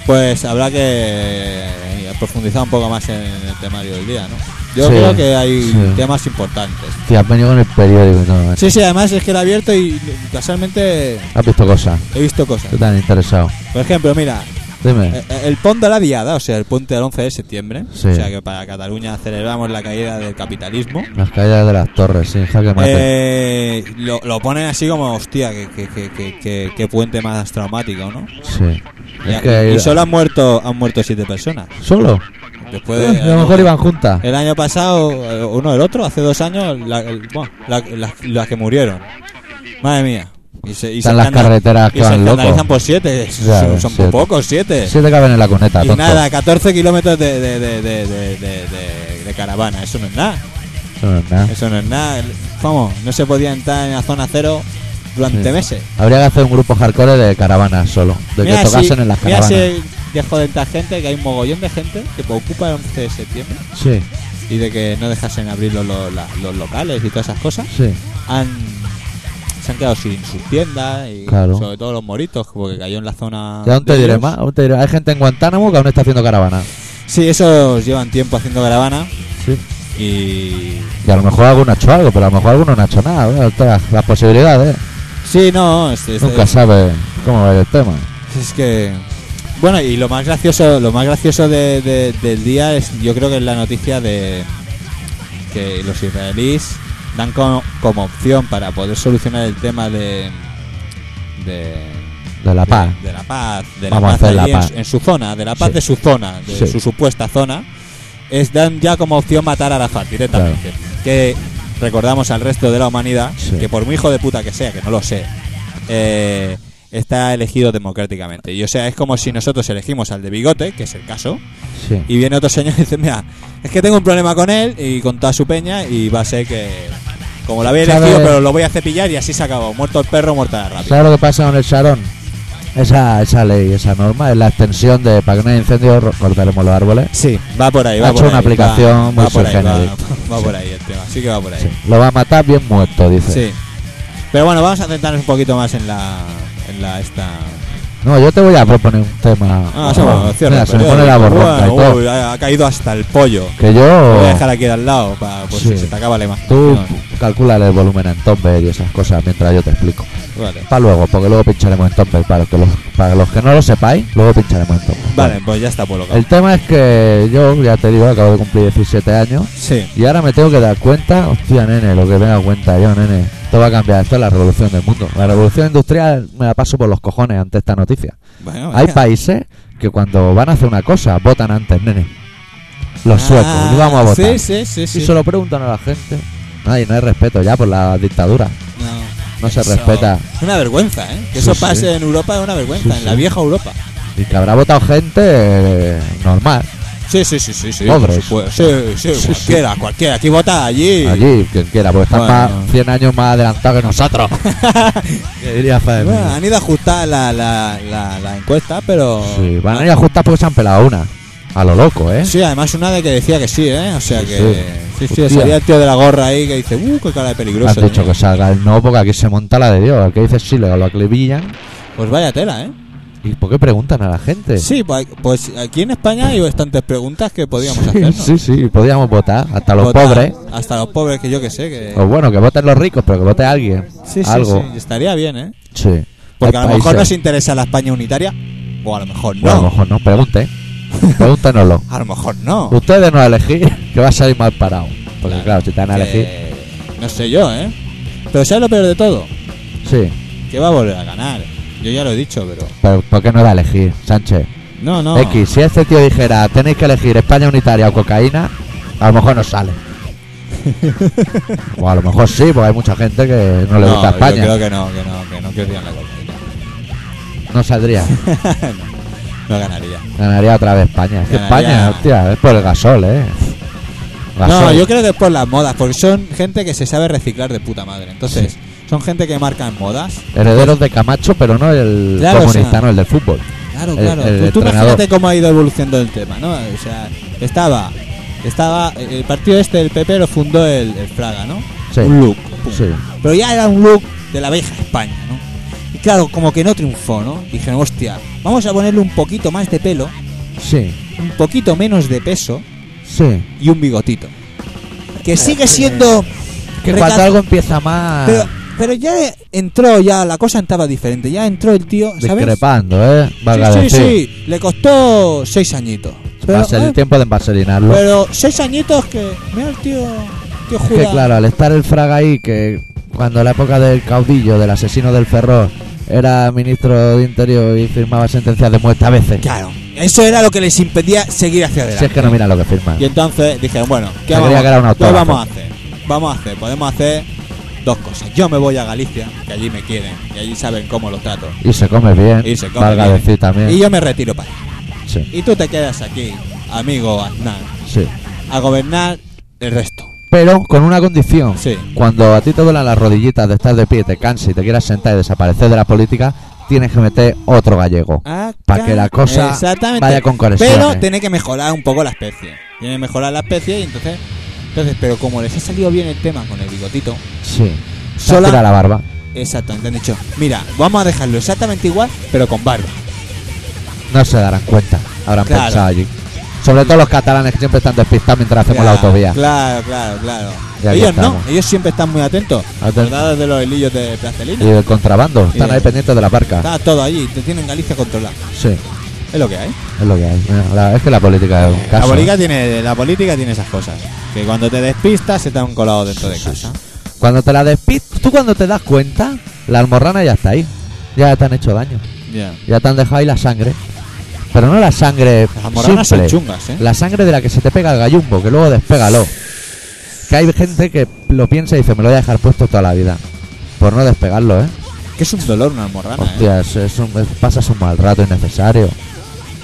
[SPEAKER 1] pues habrá que eh, profundizar un poco más en el temario del día, ¿no? Yo
[SPEAKER 2] Sí,
[SPEAKER 1] creo que hay
[SPEAKER 2] sí.
[SPEAKER 1] temas importantes.
[SPEAKER 2] Tío, has venido con el periódico y todo, ¿eh?
[SPEAKER 1] Sí, sí, además es que lo he abierto y casualmente
[SPEAKER 2] Has visto cosas.
[SPEAKER 1] he visto cosas.
[SPEAKER 2] ¿Qué te han interesado?
[SPEAKER 1] Por ejemplo, mira,
[SPEAKER 2] Dime.
[SPEAKER 1] eh, eh, el Pont de la Diada, o sea, el puente del 11 de septiembre,
[SPEAKER 2] Sí.
[SPEAKER 1] o sea que para Cataluña celebramos la caída del capitalismo,
[SPEAKER 2] Las caídas de las torres, sí, jaque mate.
[SPEAKER 1] eh, lo, lo ponen así como, hostia, que, que, que- que- que- qué puente más traumático, ¿no?
[SPEAKER 2] sí.
[SPEAKER 1] Y,
[SPEAKER 2] Es que...
[SPEAKER 1] y solo han muerto han muerto siete personas.
[SPEAKER 2] ¿Solo?
[SPEAKER 1] Después
[SPEAKER 2] Eh,
[SPEAKER 1] de-
[SPEAKER 2] a lo mejor iban juntas.
[SPEAKER 1] El año pasado, eh, uno del otro, hace dos años, la- el- bueno, la- la- las que murieron. Madre mía. Y se, y
[SPEAKER 2] Están
[SPEAKER 1] se
[SPEAKER 2] las
[SPEAKER 1] escanda-
[SPEAKER 2] carreteras que
[SPEAKER 1] y se
[SPEAKER 2] van
[SPEAKER 1] escandalizan
[SPEAKER 2] locos.
[SPEAKER 1] por siete.
[SPEAKER 2] Ya,
[SPEAKER 1] son son
[SPEAKER 2] siete.
[SPEAKER 1] pocos, siete.
[SPEAKER 2] Sí te caben en la cuneta,
[SPEAKER 1] este. y
[SPEAKER 2] tonto.
[SPEAKER 1] nada, 14 kilómetros de, de, de, de, de- de- de- de caravana. Eso no es nada.
[SPEAKER 2] Eso no es nada.
[SPEAKER 1] Eso no es nada. Vamos, no se podía entrar en la zona cero durante
[SPEAKER 2] Sí.
[SPEAKER 1] meses.
[SPEAKER 2] Habría que hacer un grupo hardcore de caravanas solo. De que
[SPEAKER 1] si-
[SPEAKER 2] tocasen en las
[SPEAKER 1] mira
[SPEAKER 2] caravanas.
[SPEAKER 1] si dejo de entrar gente, que hay un mogollón de gente que ocupa el 11 de septiembre
[SPEAKER 2] Sí,
[SPEAKER 1] y de que no dejasen abrir los, los- la- los locales y todas esas cosas.
[SPEAKER 2] sí.
[SPEAKER 1] han, se han quedado sin sus tiendas y
[SPEAKER 2] Claro.
[SPEAKER 1] sobre todo los moritos, porque cayó en la zona.
[SPEAKER 2] Ya aún te
[SPEAKER 1] de
[SPEAKER 2] diré
[SPEAKER 1] ellos.
[SPEAKER 2] más, aún te diré. Hay gente en Guantánamo que aún está haciendo caravana.
[SPEAKER 1] Sí, esos llevan tiempo haciendo caravana
[SPEAKER 2] Sí.
[SPEAKER 1] y.
[SPEAKER 2] Y a lo mejor alguno ha hecho algo, pero a lo mejor alguno no ha hecho nada. Bueno, todas las posibilidades.
[SPEAKER 1] Sí, no, es, es-
[SPEAKER 2] Nunca sabe cómo va a ir el tema.
[SPEAKER 1] es que. Bueno, y lo más gracioso, lo más gracioso de- de- del día es, yo creo que es la noticia de que los israelíes dan como, como opción para poder solucionar el tema de de
[SPEAKER 2] De la
[SPEAKER 1] de-
[SPEAKER 2] paz.
[SPEAKER 1] De, la paz, de
[SPEAKER 2] Vamos a
[SPEAKER 1] la paz,
[SPEAKER 2] hacer la
[SPEAKER 1] allí en-
[SPEAKER 2] paz.
[SPEAKER 1] En, su zona, de la paz
[SPEAKER 2] Sí.
[SPEAKER 1] de su zona, de
[SPEAKER 2] Sí.
[SPEAKER 1] su supuesta zona, es dan ya como opción matar a Arafat directamente. Que recordamos al resto de la humanidad
[SPEAKER 2] Sí.
[SPEAKER 1] que por muy hijo de puta que sea, que no lo sé, eh, está elegido democráticamente. Y o sea, es como si nosotros elegimos al de bigote, que es el caso,
[SPEAKER 2] Sí.
[SPEAKER 1] y viene otro señor y dice, mira, es que tengo un problema con él y con toda su peña y va a ser que... Como lo había
[SPEAKER 2] ¿Sabe?
[SPEAKER 1] elegido, pero lo voy a cepillar y así se acabó. Muerto el perro, muerta la rabia.
[SPEAKER 2] ¿Sabes lo que pasa con el Sarón? Esa, esa ley, esa norma, es la extensión de para que no haya incendios ro- cortaremos los árboles.
[SPEAKER 1] Sí, va por ahí, va
[SPEAKER 2] Ha
[SPEAKER 1] por
[SPEAKER 2] hecho
[SPEAKER 1] ahí.
[SPEAKER 2] una aplicación
[SPEAKER 1] va,
[SPEAKER 2] muy
[SPEAKER 1] va por ahí, va,
[SPEAKER 2] surgente.
[SPEAKER 1] va por ahí el tema, sí que va por ahí.
[SPEAKER 2] Sí. Lo va a matar bien muerto, dice.
[SPEAKER 1] Sí. Pero bueno, vamos a centrarnos un poquito más en la en la esta.
[SPEAKER 2] No, yo te voy a proponer un tema.
[SPEAKER 1] Ah, se me- cierra
[SPEAKER 2] Mira,
[SPEAKER 1] el
[SPEAKER 2] se me
[SPEAKER 1] periódico.
[SPEAKER 2] pone la borrota y
[SPEAKER 1] Bueno,
[SPEAKER 2] todo.
[SPEAKER 1] uy, ha, ha caído hasta el pollo.
[SPEAKER 2] Que
[SPEAKER 1] Lo voy a
[SPEAKER 2] yo.
[SPEAKER 1] dejar aquí de al lado para pues,
[SPEAKER 2] Sí.
[SPEAKER 1] si se te acaba la
[SPEAKER 2] Tú
[SPEAKER 1] imaginación.
[SPEAKER 2] calcula el volumen en Tomber y esas cosas mientras yo te explico.
[SPEAKER 1] Vale.
[SPEAKER 2] Para luego, porque luego pincharemos en Tomber. Para, que los, para los que no lo sepáis, luego pincharemos en Tomber.
[SPEAKER 1] Vale, pues ya está por lo que-
[SPEAKER 2] El tema es que yo, ya te digo, acabo de cumplir 17 años.
[SPEAKER 1] Sí.
[SPEAKER 2] Y ahora me tengo que dar cuenta, hostia, nene, lo que me he dado cuenta yo, nene. Esto va a cambiar, esto es la revolución del mundo. La revolución industrial me la paso por los cojones ante esta noticia.
[SPEAKER 1] Bueno,
[SPEAKER 2] Hay
[SPEAKER 1] ya.
[SPEAKER 2] países que cuando van a hacer una cosa, votan antes, nene. Los suecos,
[SPEAKER 1] Ah,
[SPEAKER 2] y vamos a
[SPEAKER 1] Sí,
[SPEAKER 2] votar.
[SPEAKER 1] sí, sí,
[SPEAKER 2] Y
[SPEAKER 1] sí.
[SPEAKER 2] se lo preguntan a la gente. Ay, no hay respeto ya por la dictadura.
[SPEAKER 1] No.
[SPEAKER 2] No se
[SPEAKER 1] Eso-
[SPEAKER 2] respeta.
[SPEAKER 1] Es una vergüenza, ¿eh? Que
[SPEAKER 2] Sí,
[SPEAKER 1] eso
[SPEAKER 2] sí.
[SPEAKER 1] pase en Europa es una vergüenza,
[SPEAKER 2] Sí,
[SPEAKER 1] en la
[SPEAKER 2] sí.
[SPEAKER 1] vieja Europa.
[SPEAKER 2] Y que habrá votado gente eh, normal.
[SPEAKER 1] Sí, sí, sí, sí, sí.
[SPEAKER 2] Pobres.
[SPEAKER 1] por supuesto. Sí, sí,
[SPEAKER 2] Sí, sí.
[SPEAKER 1] cualquiera, cualquiera. Aquí vota allí.
[SPEAKER 2] Allí, quien quiera, porque están
[SPEAKER 1] Bueno.
[SPEAKER 2] más, 100 años más adelantados que nosotros. ¿Qué diría Fabio?
[SPEAKER 1] Bueno, han ido a ajustar la, la, la, la encuesta, pero.
[SPEAKER 2] Sí, van a ir a ajustar porque se han pelado una. A lo loco, ¿eh?
[SPEAKER 1] Sí, además una de que decía que sí, ¿eh? O sea
[SPEAKER 2] Sí,
[SPEAKER 1] que.
[SPEAKER 2] sí.
[SPEAKER 1] Sí, sí,
[SPEAKER 2] Hostia.
[SPEAKER 1] sería el tío de la gorra ahí que dice, uh, qué cara de peligroso.
[SPEAKER 2] Han dicho
[SPEAKER 1] tenía".
[SPEAKER 2] que salga el no porque aquí se monta la de Dios. El que dice sí, le lo aclibillan.
[SPEAKER 1] Pues vaya tela, ¿eh?
[SPEAKER 2] ¿Y por qué preguntan a la gente?
[SPEAKER 1] Sí, pues pues aquí en España hay bastantes preguntas que podíamos
[SPEAKER 2] sí,
[SPEAKER 1] hacernos.
[SPEAKER 2] sí, sí, podíamos votar. Hasta los
[SPEAKER 1] Votar
[SPEAKER 2] pobres.
[SPEAKER 1] Hasta los pobres, que yo que sé. que
[SPEAKER 2] O bueno, que voten los ricos, pero que vote alguien.
[SPEAKER 1] Sí, sí,
[SPEAKER 2] Algo.
[SPEAKER 1] sí, Estaría bien, ¿eh?
[SPEAKER 2] Sí.
[SPEAKER 1] Porque
[SPEAKER 2] Hay
[SPEAKER 1] a lo mejor nos
[SPEAKER 2] países-
[SPEAKER 1] interesa la España unitaria, o a lo mejor
[SPEAKER 2] Bueno, a lo
[SPEAKER 1] no.
[SPEAKER 2] mejor no, pregunten. Pregúntenoslo.
[SPEAKER 1] A lo mejor no.
[SPEAKER 2] Ustedes no elegir que va a salir mal parado. Porque
[SPEAKER 1] Claro,
[SPEAKER 2] claro, si te van a elegir.
[SPEAKER 1] Que- No sé yo, ¿eh? Pero ¿sabes lo peor de todo?
[SPEAKER 2] Sí.
[SPEAKER 1] Que va a volver a ganar. Yo ya lo he dicho, pero...
[SPEAKER 2] Pero ¿por qué no va a elegir, Sánchez?
[SPEAKER 1] No, no.
[SPEAKER 2] X, si este tío dijera tenéis que elegir España unitaria o cocaína, a lo mejor no sale. o a lo mejor sí, porque hay mucha gente que no le
[SPEAKER 1] No,
[SPEAKER 2] gusta España.
[SPEAKER 1] Yo creo que no, que no, que no querrían la cocaína.
[SPEAKER 2] No saldría.
[SPEAKER 1] no, no ganaría.
[SPEAKER 2] Ganaría otra vez España. Es que
[SPEAKER 1] Ganaría-
[SPEAKER 2] España, hostia, es por el gasol, eh.
[SPEAKER 1] No, yo creo que es por las modas, porque son gente que se sabe reciclar de puta madre. Entonces, son gente que marcan modas.
[SPEAKER 2] Herederos de Camacho, pero no el
[SPEAKER 1] Claro,
[SPEAKER 2] comunista,
[SPEAKER 1] o sea,
[SPEAKER 2] no el del fútbol.
[SPEAKER 1] Claro,
[SPEAKER 2] El-
[SPEAKER 1] claro.
[SPEAKER 2] el
[SPEAKER 1] Pues tú
[SPEAKER 2] entrenador.
[SPEAKER 1] imagínate cómo ha ido evolucionando el tema, ¿no? O sea, estaba... Estaba... El partido este, el PP, lo fundó el, el Fraga, ¿no?
[SPEAKER 2] Sí.
[SPEAKER 1] Un look. pum.
[SPEAKER 2] Sí.
[SPEAKER 1] Pero ya era un look de la vieja España, ¿no? Y claro, como que no triunfó, ¿no? Dijeron, hostia, vamos a ponerle un poquito más de pelo,
[SPEAKER 2] Sí,
[SPEAKER 1] un poquito menos de peso
[SPEAKER 2] sí.
[SPEAKER 1] y un bigotito. Que sigue siendo...
[SPEAKER 2] Que
[SPEAKER 1] recal-
[SPEAKER 2] cuando algo empieza más
[SPEAKER 1] pero, pero ya entró, ya la cosa estaba diferente. Ya entró el tío, ¿sabes?
[SPEAKER 2] discrepando, eh. Valga
[SPEAKER 1] sí, sí,
[SPEAKER 2] decir.
[SPEAKER 1] sí. Le costó seis añitos.
[SPEAKER 2] Va
[SPEAKER 1] Pero,
[SPEAKER 2] a ser
[SPEAKER 1] eh,
[SPEAKER 2] el tiempo de envaselinarlo.
[SPEAKER 1] pero seis añitos que... Mira el tío... tío
[SPEAKER 2] Es que
[SPEAKER 1] Judas.
[SPEAKER 2] claro, al estar el Fraga ahí, que cuando la época del caudillo, del asesino del Ferrol, era ministro de Interior y firmaba sentencias de muerte a veces.
[SPEAKER 1] Claro. Eso era lo que les impedía seguir hacia adelante.
[SPEAKER 2] Si es que no mira lo que firma.
[SPEAKER 1] Y entonces dijeron, bueno, ¿qué
[SPEAKER 2] Habría
[SPEAKER 1] vamos,
[SPEAKER 2] que dar un
[SPEAKER 1] qué
[SPEAKER 2] autógrafo.
[SPEAKER 1] vamos a hacer? Vamos a hacer, podemos hacer dos cosas. Yo me voy a Galicia, que allí me quieren, y allí saben cómo los trato.
[SPEAKER 2] Y se come bien.
[SPEAKER 1] Y se come
[SPEAKER 2] valga
[SPEAKER 1] bien.
[SPEAKER 2] decir también.
[SPEAKER 1] Y yo me retiro para allá.
[SPEAKER 2] Sí,
[SPEAKER 1] Y tú te quedas aquí, amigo Aznar,
[SPEAKER 2] sí.
[SPEAKER 1] a gobernar el resto.
[SPEAKER 2] Pero con una condición.
[SPEAKER 1] Sí.
[SPEAKER 2] Cuando a ti te duelan las rodillitas de estar de pie, te canses y te quieras sentar y desaparecer de la política, tienes que meter otro gallego. Para que la cosa
[SPEAKER 1] Ah, Exactamente.
[SPEAKER 2] vaya con eh. coherencia.
[SPEAKER 1] Pero tiene que mejorar un poco la especie. Tiene que mejorar la especie y entonces... Entonces, pero como les ha salido bien el tema con el bigotito,
[SPEAKER 2] Sí. Se ha
[SPEAKER 1] sola,
[SPEAKER 2] tirado la barba.
[SPEAKER 1] Exactamente, han dicho, mira, vamos a dejarlo exactamente igual, pero con barba.
[SPEAKER 2] No se darán cuenta, habrán
[SPEAKER 1] Claro.
[SPEAKER 2] pensado allí. Sobre todo los catalanes que siempre están despistados mientras hacemos la
[SPEAKER 1] Claro,
[SPEAKER 2] autovía.
[SPEAKER 1] Claro, claro, claro.
[SPEAKER 2] Ya
[SPEAKER 1] ellos no,
[SPEAKER 2] estamos.
[SPEAKER 1] ellos siempre están muy atentos.
[SPEAKER 2] Atentos.
[SPEAKER 1] Acordados de los hilillos de plastelina.
[SPEAKER 2] Y el contrabando, están
[SPEAKER 1] Y-
[SPEAKER 2] ahí pendientes de la barca.
[SPEAKER 1] Está todo allí, te tienen Galicia controlada.
[SPEAKER 2] Sí,
[SPEAKER 1] Es lo que hay.
[SPEAKER 2] es lo que hay. Mira, la- es que la política es un
[SPEAKER 1] La
[SPEAKER 2] caso. ¿eh?
[SPEAKER 1] política, tiene, la política tiene esas cosas. Que cuando te despistas se te han colado dentro de casa.
[SPEAKER 2] Cuando te la despistas, tú cuando te das cuenta, la almorrana ya está ahí. Ya te han hecho daño.
[SPEAKER 1] Ya.
[SPEAKER 2] Ya te han dejado ahí la sangre. Pero no la sangre
[SPEAKER 1] Las almorranas son
[SPEAKER 2] simple.
[SPEAKER 1] chungas, ¿eh?
[SPEAKER 2] La sangre de la que se te pega el gallumbo, que luego despégalo. Que hay gente que lo piensa y dice, me lo voy a dejar puesto toda la vida. Por no despegarlo, ¿eh?
[SPEAKER 1] Que es un dolor una almorrana, ¿eh?
[SPEAKER 2] Hostia, es, es un, es- pasas un mal rato innecesario.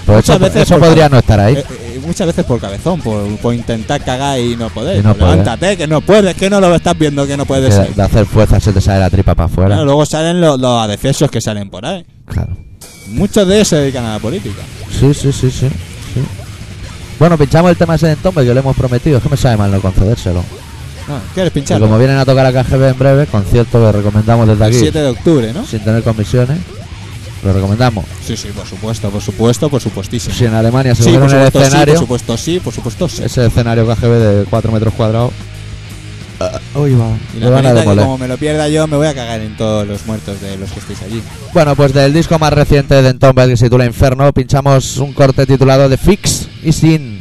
[SPEAKER 2] Pues
[SPEAKER 1] Muchas
[SPEAKER 2] eso,
[SPEAKER 1] veces
[SPEAKER 2] eso
[SPEAKER 1] por-
[SPEAKER 2] podría no estar ahí.
[SPEAKER 1] Eh, eh, muchas veces por cabezón, por, por intentar cagar y no poder.
[SPEAKER 2] Y no
[SPEAKER 1] Pues
[SPEAKER 2] poder.
[SPEAKER 1] Levántate, que no puedes, que no lo estás viendo, que no
[SPEAKER 2] Que
[SPEAKER 1] puedes
[SPEAKER 2] de,
[SPEAKER 1] ser.
[SPEAKER 2] de hacer fuerza se te sale la tripa para afuera.
[SPEAKER 1] Claro, luego salen los, los adecesos que salen por ahí.
[SPEAKER 2] Claro.
[SPEAKER 1] Muchos de ellos se dedican a la política.
[SPEAKER 2] Sí, sí, sí, sí. sí. Bueno, pinchamos el tema ese de entonces que le hemos prometido. Es que me sabe mal no concedérselo.
[SPEAKER 1] No, Ah, ¿Quieres
[SPEAKER 2] Y
[SPEAKER 1] pinchar?
[SPEAKER 2] como vienen a tocar a KGB en breve, concierto que recomendamos desde
[SPEAKER 1] El
[SPEAKER 2] aquí,
[SPEAKER 1] 7 de octubre, ¿no?
[SPEAKER 2] sin tener comisiones, lo recomendamos.
[SPEAKER 1] Sí, sí, por supuesto, por supuesto, por supuestísimo.
[SPEAKER 2] Si en Alemania se
[SPEAKER 1] Sí,
[SPEAKER 2] fuera
[SPEAKER 1] por
[SPEAKER 2] en el
[SPEAKER 1] supuesto, sí, por
[SPEAKER 2] escenario,
[SPEAKER 1] supuesto, sí, por supuesto, sí.
[SPEAKER 2] ese escenario KGB de 4 metros cuadrados, ah, uy, va,
[SPEAKER 1] Y
[SPEAKER 2] le
[SPEAKER 1] la
[SPEAKER 2] van a
[SPEAKER 1] verdad que
[SPEAKER 2] demoler.
[SPEAKER 1] como me lo pierda yo, me voy a cagar en todos los muertos de los que estáis allí.
[SPEAKER 2] Bueno, pues del disco más reciente de Entombed que se titula Inferno, pinchamos un corte titulado The Fix y Sin.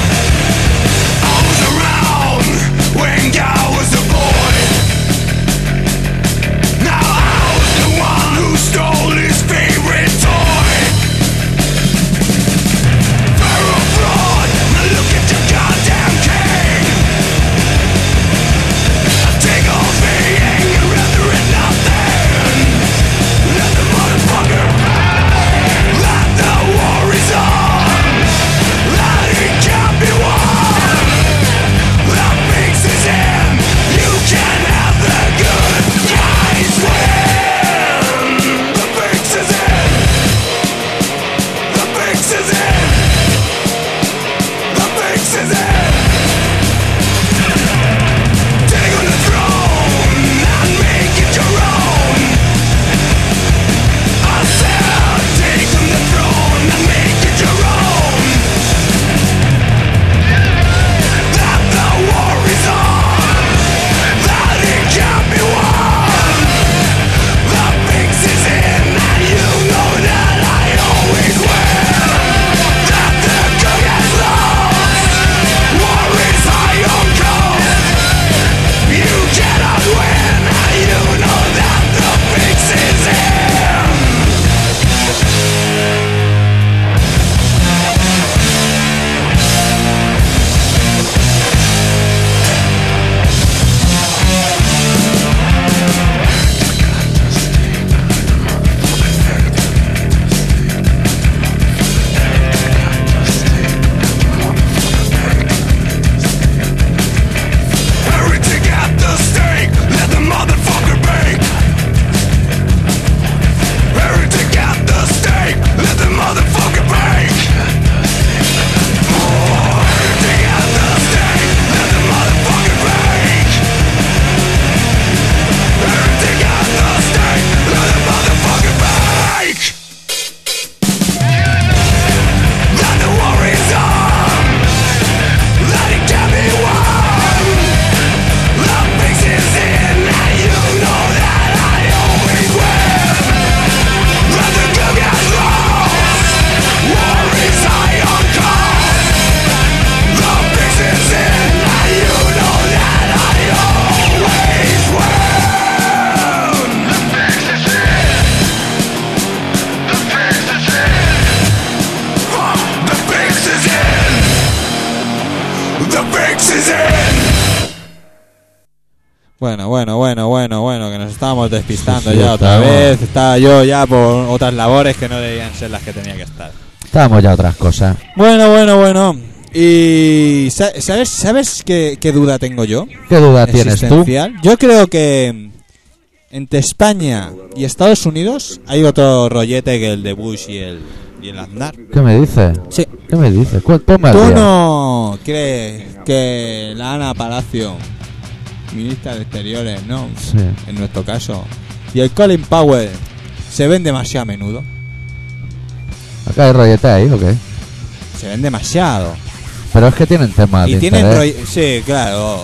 [SPEAKER 3] I was around when I was a boy. Now I was the one who stole his favorite toy. Far abroad, now look at your goddamn king. Take off the anger, rather it nothing. Let the motherfucker pay. Let the war is on. Let it can't be won. The fix is in. You can have the good guys win. The fix is in. The fix is in. The fix is in. Take on the throne and make it your own. I said, take on the throne and make it your own. That the war is on. That it can't be won. The fix is in, and you know that I always win. That the good has lost. War is high on coast. You cannot win, and you know that the fix is in. Heretic at the stake, let the motherfucker bake. Heretic at the stake, let the motherfucker bake. Oh, heretic at the stake, let the motherfucker bake. Heretic at the stake, let the motherfucker bake. Let the war is on. Let it can be won. Love makes it sin, and you know that I always win. Let the good guys lost. War is high on cost. Love makes it sin, and you know that I always win. The fix is in. The fix is in. The fix is in. The fix is in.
[SPEAKER 1] Bueno, bueno, bueno, bueno, bueno, que nos estábamos despistando
[SPEAKER 2] Sí, sí,
[SPEAKER 1] ya otra
[SPEAKER 2] estamos.
[SPEAKER 1] vez. Estaba yo ya por otras labores que no debían ser las que tenía que estar.
[SPEAKER 2] Estábamos ya a otras cosas.
[SPEAKER 1] Bueno, bueno, bueno. Y sa- ¿sabes, sabes qué, qué duda tengo yo?
[SPEAKER 2] ¿Qué duda tienes tú?
[SPEAKER 1] Existencial. Yo creo que entre España y Estados Unidos hay otro rollete que el de Bush y el, y el Aznar.
[SPEAKER 2] ¿Qué me dices?
[SPEAKER 1] Sí.
[SPEAKER 2] ¿Qué me dices? Cu- Ponme al
[SPEAKER 1] ¿Tú
[SPEAKER 2] día.
[SPEAKER 1] no crees que la Ana Palacio, ministra de Exteriores, no?
[SPEAKER 2] Sí.
[SPEAKER 1] En nuestro caso. Y el Colin Powell se ven demasiado a menudo.
[SPEAKER 2] Acá hay rolletes ahí, ¿o qué?
[SPEAKER 1] Se ven demasiado.
[SPEAKER 2] Pero es que tienen temas
[SPEAKER 1] Y
[SPEAKER 2] de
[SPEAKER 1] tienen
[SPEAKER 2] interés.
[SPEAKER 1] roll- Sí, claro.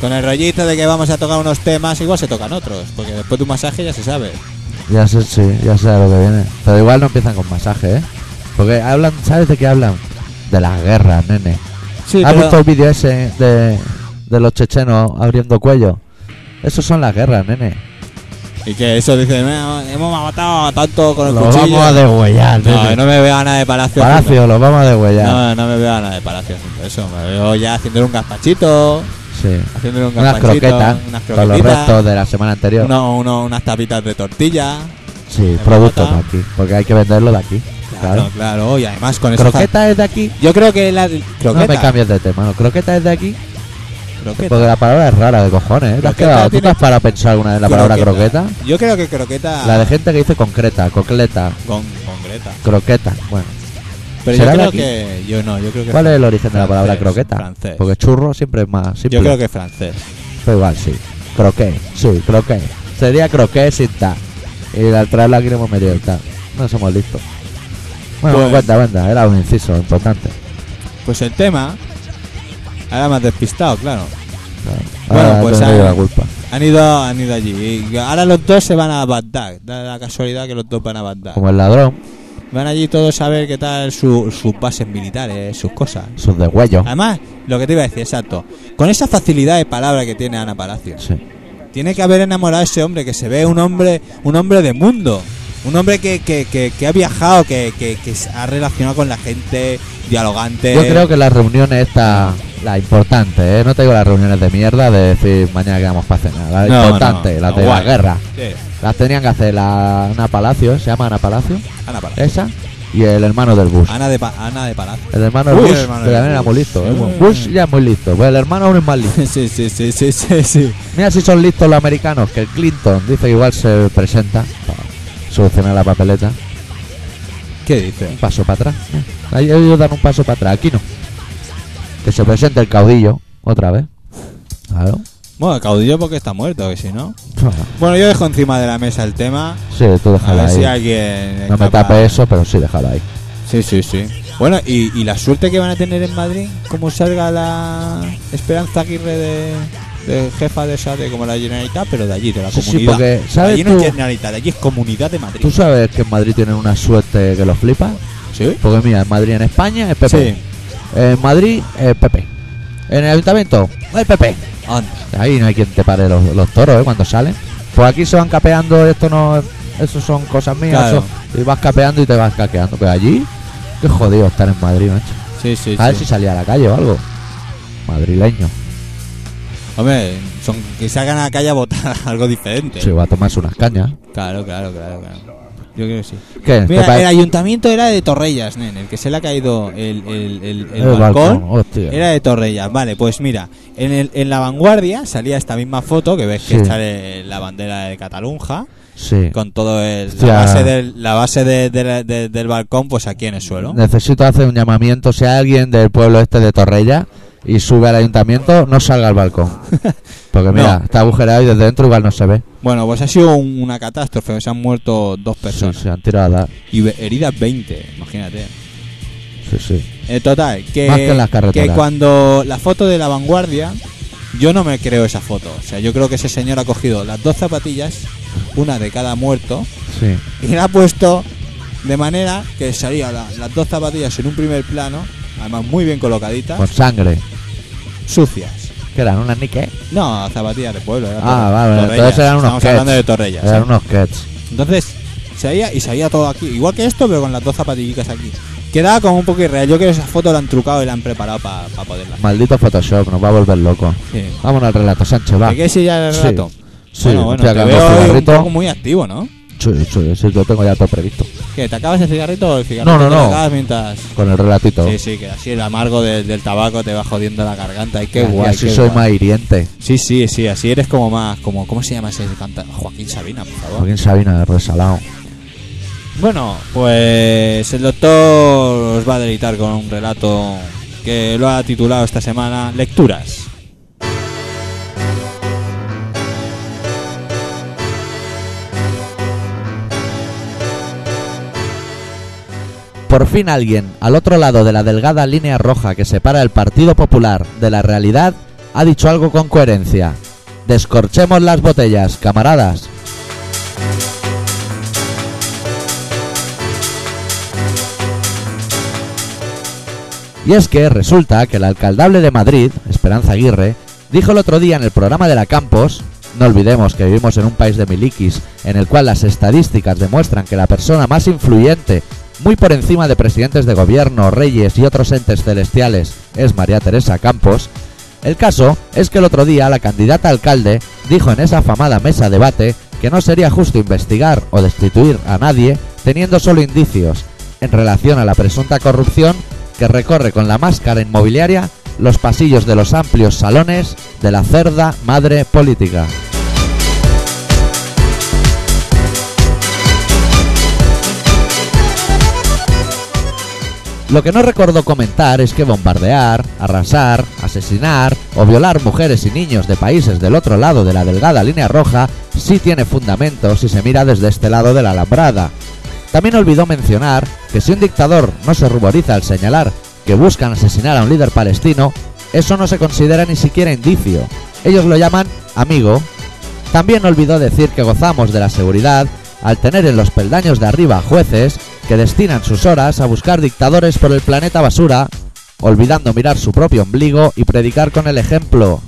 [SPEAKER 1] Con el rollito de que vamos a tocar unos temas, igual se tocan otros. Porque después de un masaje ya se sabe.
[SPEAKER 2] Ya sé, sí, ya sé a lo que viene. Pero igual no empiezan con masaje, ¿eh? Porque hablan, ¿sabes de qué hablan? De las guerras, nene.
[SPEAKER 1] Sí,
[SPEAKER 2] ¿Has visto el vídeo ese de, de los chechenos abriendo cuello? Esos son las guerras, nene.
[SPEAKER 1] Y que eso dicen, "Eh, hemos matado a tanto con el
[SPEAKER 2] Los
[SPEAKER 1] cuchillo.
[SPEAKER 2] vamos a degüellar,
[SPEAKER 1] no,
[SPEAKER 2] nene.
[SPEAKER 1] no me veo a nada de palacio.
[SPEAKER 2] Palacio, los vamos a
[SPEAKER 1] haciendo-
[SPEAKER 2] degüellar.
[SPEAKER 1] No, no me veo a nada de palacio haciendo eso. Me veo ya haciéndole un gazpachito.
[SPEAKER 2] sí.
[SPEAKER 1] Haciéndole un
[SPEAKER 2] Unas
[SPEAKER 1] gazpachito.
[SPEAKER 2] croquetas
[SPEAKER 1] unas
[SPEAKER 2] con los
[SPEAKER 1] croquetitas,
[SPEAKER 2] restos de la semana anterior.
[SPEAKER 1] uno- uno- unas tapitas de tortilla.
[SPEAKER 2] Sí,
[SPEAKER 1] de
[SPEAKER 2] productos de
[SPEAKER 1] patata.
[SPEAKER 2] aquí. Porque hay que venderlo de aquí.
[SPEAKER 1] Claro,
[SPEAKER 2] Claro.
[SPEAKER 1] claro. Y además con esa fa-
[SPEAKER 2] Croqueta es de aquí.
[SPEAKER 1] Yo creo que la.
[SPEAKER 2] No me
[SPEAKER 1] Croqueta.
[SPEAKER 2] cambies de tema. no. Croqueta es de aquí.
[SPEAKER 1] croqueta.
[SPEAKER 2] Porque la palabra es rara de cojones. ¿eh? ¿Te has
[SPEAKER 1] Croqueta
[SPEAKER 2] quedado? ¿Tú te
[SPEAKER 1] tiene-
[SPEAKER 2] has parado a pensar alguna vez la palabra croqueta?
[SPEAKER 1] Yo creo que croqueta.
[SPEAKER 2] La de gente que dice concreta, cocleta,
[SPEAKER 1] Con, concreta.
[SPEAKER 2] croqueta. Bueno,
[SPEAKER 1] Pero
[SPEAKER 2] ¿Será
[SPEAKER 1] yo creo
[SPEAKER 2] de aquí?
[SPEAKER 1] que. Yo no, yo creo que.
[SPEAKER 2] ¿cuál es el origen de la
[SPEAKER 1] francés,
[SPEAKER 2] palabra croqueta?
[SPEAKER 1] francés.
[SPEAKER 2] Porque churro siempre es más simple.
[SPEAKER 1] Yo creo que francés.
[SPEAKER 2] Pero igual, sí. Croquet, sí, croquet. Sería croquet sin ta. Y al traerlo aquí le hemos metido el ta. No somos listos. Bueno,
[SPEAKER 1] Pues-
[SPEAKER 2] cuenta, cuenta. Era un inciso importante.
[SPEAKER 1] Pues el tema. Ahora más despistado, claro.
[SPEAKER 2] Claro.
[SPEAKER 1] Bueno,
[SPEAKER 2] Ahora
[SPEAKER 1] pues
[SPEAKER 2] tendré yo
[SPEAKER 1] ahora-
[SPEAKER 2] Ah, la culpa.
[SPEAKER 1] Han ido, han ido allí. Y ahora los dos se van a Bagdad. Da la casualidad que los dos van a Bagdad.
[SPEAKER 2] Como el ladrón,
[SPEAKER 1] Van allí todos a ver qué tal su- sus bases militares, sus cosas.
[SPEAKER 2] sus degüellos.
[SPEAKER 1] Además, lo que te iba a decir, exacto. Con esa facilidad de palabra que tiene Ana Palacios.
[SPEAKER 2] Sí.
[SPEAKER 1] Tiene que haber enamorado a ese hombre, que se ve un hombre, un hombre de mundo. Un hombre que, que, que- que ha viajado, que, que- que se ha relacionado con la gente, dialogante.
[SPEAKER 2] Yo creo que las reuniones estas, las importantes, ¿eh? no te digo las reuniones de mierda de decir mañana quedamos para cenar, las
[SPEAKER 1] No,
[SPEAKER 2] importantes,
[SPEAKER 1] no,
[SPEAKER 2] las
[SPEAKER 1] no,
[SPEAKER 2] de la
[SPEAKER 1] guay.
[SPEAKER 2] guerra.
[SPEAKER 1] Sí,
[SPEAKER 2] Las tenían que hacer la Ana Palacio, se llama Ana Palacio,
[SPEAKER 1] Ana Palacio.
[SPEAKER 2] esa, y el hermano del Bush.
[SPEAKER 1] Ana de, Pa- Ana de Palacio.
[SPEAKER 2] El hermano del
[SPEAKER 1] Bush,
[SPEAKER 2] Bush,
[SPEAKER 1] el hermano
[SPEAKER 2] que
[SPEAKER 1] del
[SPEAKER 2] también era
[SPEAKER 1] Bush.
[SPEAKER 2] muy listo. ¿eh?
[SPEAKER 1] Sí.
[SPEAKER 2] Bush ya es muy listo, pues el hermano aún es más listo.
[SPEAKER 1] sí, sí, sí, sí, sí, sí.
[SPEAKER 2] Mira si son listos los americanos, que el Clinton dice que igual se presenta para solucionar la papeleta.
[SPEAKER 1] ¿Qué dice?
[SPEAKER 2] Un paso para atrás. eh. Ahí Ellos dan un paso para atrás, aquí no. Que se presente el caudillo, otra vez. Claro.
[SPEAKER 1] Bueno, el caudillo porque está muerto, que si no. Bueno, yo dejo encima de la mesa el tema.
[SPEAKER 2] Sí, tú
[SPEAKER 1] A
[SPEAKER 2] déjalo
[SPEAKER 1] ver
[SPEAKER 2] ahí.
[SPEAKER 1] si alguien.
[SPEAKER 2] no
[SPEAKER 1] es
[SPEAKER 2] me
[SPEAKER 1] capaz.
[SPEAKER 2] tape eso, pero sí, déjalo ahí.
[SPEAKER 1] Sí, sí, sí. Bueno, y, y la suerte que van a tener en Madrid, como salga la Esperanza Aguirre de, de jefa de esa, de como la Generalitat, pero de allí, de la
[SPEAKER 2] Sí, sí,
[SPEAKER 1] comunidad.
[SPEAKER 2] porque, ¿sabes
[SPEAKER 1] allí no es
[SPEAKER 2] tú?
[SPEAKER 1] Generalitat, allí es Comunidad de Madrid.
[SPEAKER 2] Tú sabes que en Madrid tienen una suerte que los flipa.
[SPEAKER 1] ¿Sí?
[SPEAKER 2] Porque mira, en Madrid, en España, es Pepe.
[SPEAKER 1] Sí.
[SPEAKER 2] En Madrid, es Pepe. En el ayuntamiento, es Pepe.
[SPEAKER 1] Anda.
[SPEAKER 2] Ahí no hay quien te pare los, los toros, ¿eh? Cuando salen. Pues aquí se van capeando, esto no. Eso son cosas mías.
[SPEAKER 1] Claro.
[SPEAKER 2] eso- y vas capeando y te vas caqueando. Pero allí, qué jodido estar en Madrid, macho.
[SPEAKER 1] Sí, sí,
[SPEAKER 2] A ver
[SPEAKER 1] sí.
[SPEAKER 2] si salía a la calle o algo. Madrileño.
[SPEAKER 1] Hombre, son, que salgan a la calle a votar algo diferente.
[SPEAKER 2] Se va a tomarse unas cañas.
[SPEAKER 1] Claro, claro, claro, claro. Yo creo que sí.
[SPEAKER 2] ¿Qué? Eh, ¿Te
[SPEAKER 1] Mira,
[SPEAKER 2] pare-
[SPEAKER 1] el ayuntamiento era de Torrellas, nen. El que se le ha caído el, el, el, el
[SPEAKER 2] el
[SPEAKER 1] balcón.
[SPEAKER 2] hostia.
[SPEAKER 1] Era de Torrellas, vale, pues mira, en, el- en la vanguardia salía esta misma foto que ves que
[SPEAKER 2] Sí.
[SPEAKER 1] sale la bandera de Cataluña
[SPEAKER 2] Sí.
[SPEAKER 1] con todo el,
[SPEAKER 2] Hostia.
[SPEAKER 1] la base, del, la base de- de la- de- del balcón pues aquí en el suelo.
[SPEAKER 2] Necesito hacer un llamamiento. Si hay alguien del pueblo este de Torrella y sube al ayuntamiento, no salga al balcón. Porque mira,
[SPEAKER 1] No.
[SPEAKER 2] está agujerado y desde dentro igual no se ve.
[SPEAKER 1] Bueno, pues ha sido un- una catástrofe, se han muerto dos personas
[SPEAKER 2] Sí, se han tirado a dar.
[SPEAKER 1] y ve- heridas 20, imagínate.
[SPEAKER 2] Sí, sí.
[SPEAKER 1] En Eh, total, que,
[SPEAKER 2] Más que en las carreteras.
[SPEAKER 1] que cuando la foto de la vanguardia, yo no me creo esa foto, o sea, yo creo que ese señor ha cogido las dos zapatillas, una de cada muerto,
[SPEAKER 2] Sí.
[SPEAKER 1] y la ha puesto de manera que salía la- las dos zapatillas en un primer plano, además muy bien colocaditas,
[SPEAKER 2] Con sangre.
[SPEAKER 1] sucias.
[SPEAKER 2] Que eran unas niques.
[SPEAKER 1] No, zapatillas de pueblo. era
[SPEAKER 2] Ah,
[SPEAKER 1] Torre-
[SPEAKER 2] vale,
[SPEAKER 1] Torrellas.
[SPEAKER 2] entonces eran unos
[SPEAKER 1] Estamos
[SPEAKER 2] Keds.
[SPEAKER 1] hablando de Torrellas.
[SPEAKER 2] Eran
[SPEAKER 1] ¿eh?
[SPEAKER 2] unos kets.
[SPEAKER 1] Entonces, salía y salía todo aquí, igual que esto, pero con las dos zapatillitas aquí. Quedaba como un poco irreal. Yo creo que esa foto la han trucado y la han preparado para poderla.
[SPEAKER 2] Maldito Photoshop, nos va a volver loco.
[SPEAKER 1] Sí.
[SPEAKER 2] Vámonos al relato, Sánchez, va.
[SPEAKER 1] ¿Te quieres ir ya al
[SPEAKER 2] Sí.
[SPEAKER 1] relato?
[SPEAKER 2] Sí,
[SPEAKER 1] bueno,
[SPEAKER 2] me
[SPEAKER 1] bueno,
[SPEAKER 2] estoy
[SPEAKER 1] te
[SPEAKER 2] acabando
[SPEAKER 1] veo
[SPEAKER 2] el
[SPEAKER 1] hoy un
[SPEAKER 2] cigarrito.
[SPEAKER 1] poco muy activo, ¿no?
[SPEAKER 2] Sí, sí, sí, lo tengo ya todo previsto.
[SPEAKER 1] ¿Qué? ¿Te acabas el cigarrito o el cigarrito?
[SPEAKER 2] No, no,
[SPEAKER 1] te
[SPEAKER 2] no.
[SPEAKER 1] lo acabas mientras.
[SPEAKER 2] Con el relatito.
[SPEAKER 1] Sí, sí, que así el amargo del, del tabaco te va jodiendo la garganta. Y qué
[SPEAKER 2] Y
[SPEAKER 1] guay.
[SPEAKER 2] así
[SPEAKER 1] qué
[SPEAKER 2] soy
[SPEAKER 1] guay.
[SPEAKER 2] más hiriente.
[SPEAKER 1] Sí, sí, sí, así eres como más. como ¿Cómo se llama ese cantante? Joaquín Sabina, por favor.
[SPEAKER 2] Joaquín Sabina de Resalado.
[SPEAKER 1] Bueno, pues el doctor os va a deleitar con un relato que lo ha titulado esta semana Lecturas.
[SPEAKER 2] Por fin alguien, al otro lado de la delgada línea roja que separa el Partido Popular de la realidad, ha dicho algo con coherencia. Descorchemos las botellas, camaradas. Y es que resulta que el alcaldable de Madrid, Esperanza Aguirre, dijo el otro día en el programa de la Campos, no olvidemos que vivimos en un país de miliquis en el cual las estadísticas demuestran que la persona más influyente, muy por encima de presidentes de gobierno, reyes y otros entes celestiales, es María Teresa Campos, el caso es que el otro día la candidata a alcalde dijo en esa afamada mesa debate que no sería justo investigar o destituir a nadie teniendo solo indicios en relación a la presunta corrupción que recorre con la máscara inmobiliaria los pasillos de los amplios salones de la cerda madre política. Lo que no recuerdo comentar es que bombardear, arrasar, asesinar o violar mujeres y niños de países del otro lado de la delgada línea roja sí tiene fundamento si se mira desde este lado de la alambrada. También olvidó mencionar que si un dictador no se ruboriza al señalar que buscan asesinar a un líder palestino, eso no se considera ni siquiera indicio. Ellos lo llaman amigo. También olvidó decir que gozamos de la seguridad al tener en los peldaños de arriba jueces que destinan sus horas a buscar dictadores por el planeta basura, olvidando mirar su propio ombligo y predicar con el ejemplo.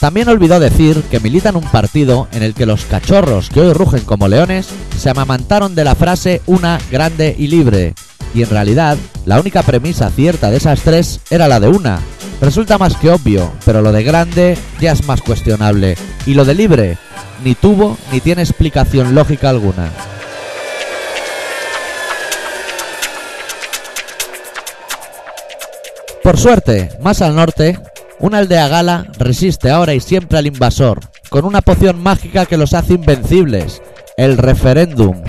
[SPEAKER 2] También olvidó decir que milita en un partido en el que los cachorros que hoy rugen como leones se amamantaron de la frase una, grande y libre. Y en realidad, la única premisa cierta de esas tres era la de una. Resulta más que obvio, pero lo de grande ya es más cuestionable. Y lo de libre, ni tuvo ni tiene explicación lógica alguna. Por suerte, más al norte, una aldea gala resiste ahora y siempre al invasor, con una poción mágica que los hace invencibles, el referéndum.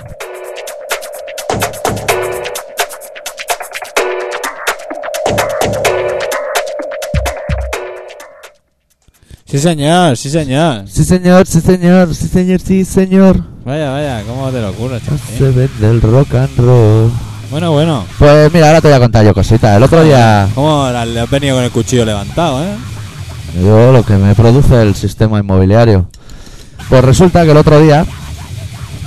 [SPEAKER 1] Sí, señor, sí, señor.
[SPEAKER 2] Sí señor, sí señor, sí señor, sí señor.
[SPEAKER 1] Vaya, vaya, ¿cómo te lo ocurre,
[SPEAKER 2] Se
[SPEAKER 1] chaval?
[SPEAKER 2] vende el rock and roll.
[SPEAKER 1] Bueno, bueno.
[SPEAKER 2] Pues mira, ahora te voy a contar yo cositas. El otro día
[SPEAKER 1] ¿Cómo la- le has venido con el cuchillo levantado, eh?
[SPEAKER 2] Yo lo que me produce el sistema inmobiliario. Pues resulta que el otro día.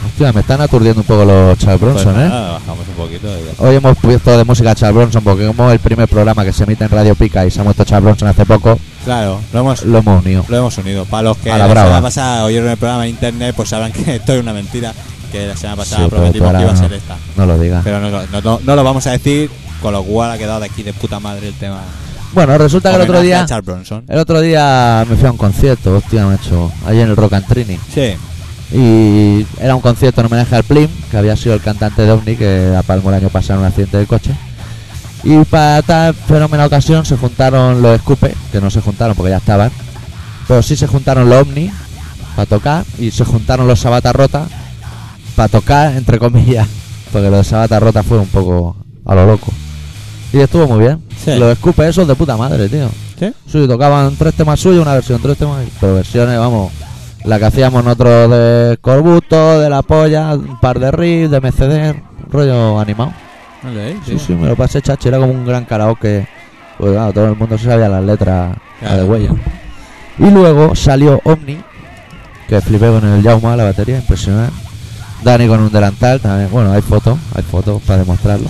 [SPEAKER 2] Hostia, me están aturdiendo un poco los Charles
[SPEAKER 1] Pues
[SPEAKER 2] Bronson, ¿eh?
[SPEAKER 1] nada, bajamos un poquito. y ya.
[SPEAKER 2] Hoy hemos puesto de música a Charles Bronson porque como es el primer programa que se emite en Radio Pica y se ha muerto Charles Bronson hace poco,
[SPEAKER 1] Claro, lo hemos,
[SPEAKER 2] lo hemos unido.
[SPEAKER 1] lo hemos unido. Para los que
[SPEAKER 2] A la
[SPEAKER 1] semana
[SPEAKER 2] brava.
[SPEAKER 1] pasada oyeron el programa en internet, pues sabrán que esto es una mentira. Que la semana pasada
[SPEAKER 2] Sí, pues, pero tú
[SPEAKER 1] prometimos
[SPEAKER 2] ahora
[SPEAKER 1] que iba a
[SPEAKER 2] no,
[SPEAKER 1] ser esta.
[SPEAKER 2] no lo digas.
[SPEAKER 1] Pero no, lo- no- no- no lo vamos a decir, con lo cual ha quedado de aquí de puta madre el tema.
[SPEAKER 2] Bueno, resulta que el otro
[SPEAKER 1] Homenaje
[SPEAKER 2] día.
[SPEAKER 1] a Charles Bronson.
[SPEAKER 2] El otro día me fui a un concierto, hostia, macho, allí en el Rock and Trini.
[SPEAKER 1] Sí.
[SPEAKER 2] Y era un concierto en homenaje al Plim, que había sido el cantante de OVNI, que la palmó el año pasado en un accidente de coche. Y para tal fenómena ocasión se juntaron los Scoopes, que no se juntaron porque ya estaban, pero sí se juntaron los OVNI para tocar y se juntaron los Sabata Rota para tocar, entre comillas, porque los de Sabata Rota fue un poco a lo loco. Y estuvo muy bien.
[SPEAKER 1] Sí.
[SPEAKER 2] Los Scoopes esos de puta madre, tío.
[SPEAKER 1] ¿Sí?
[SPEAKER 2] Sí, tocaban tres temas suyos, una versión, tres temas, pero versiones, vamos, la que hacíamos nosotros de Corbuto, de La Polla, un par de riffs, de MCD, rollo animado.
[SPEAKER 1] Vale,
[SPEAKER 2] Sí, sí, me lo pasé chachi, era como un gran karaoke, pues claro, todo el mundo se sabía las letras a
[SPEAKER 1] Claro.
[SPEAKER 2] de huella. Y luego salió Omni, que flipé con el Jauma, la batería, impresionante. Dani con un delantal también, bueno, hay fotos, hay fotos para demostrarlo.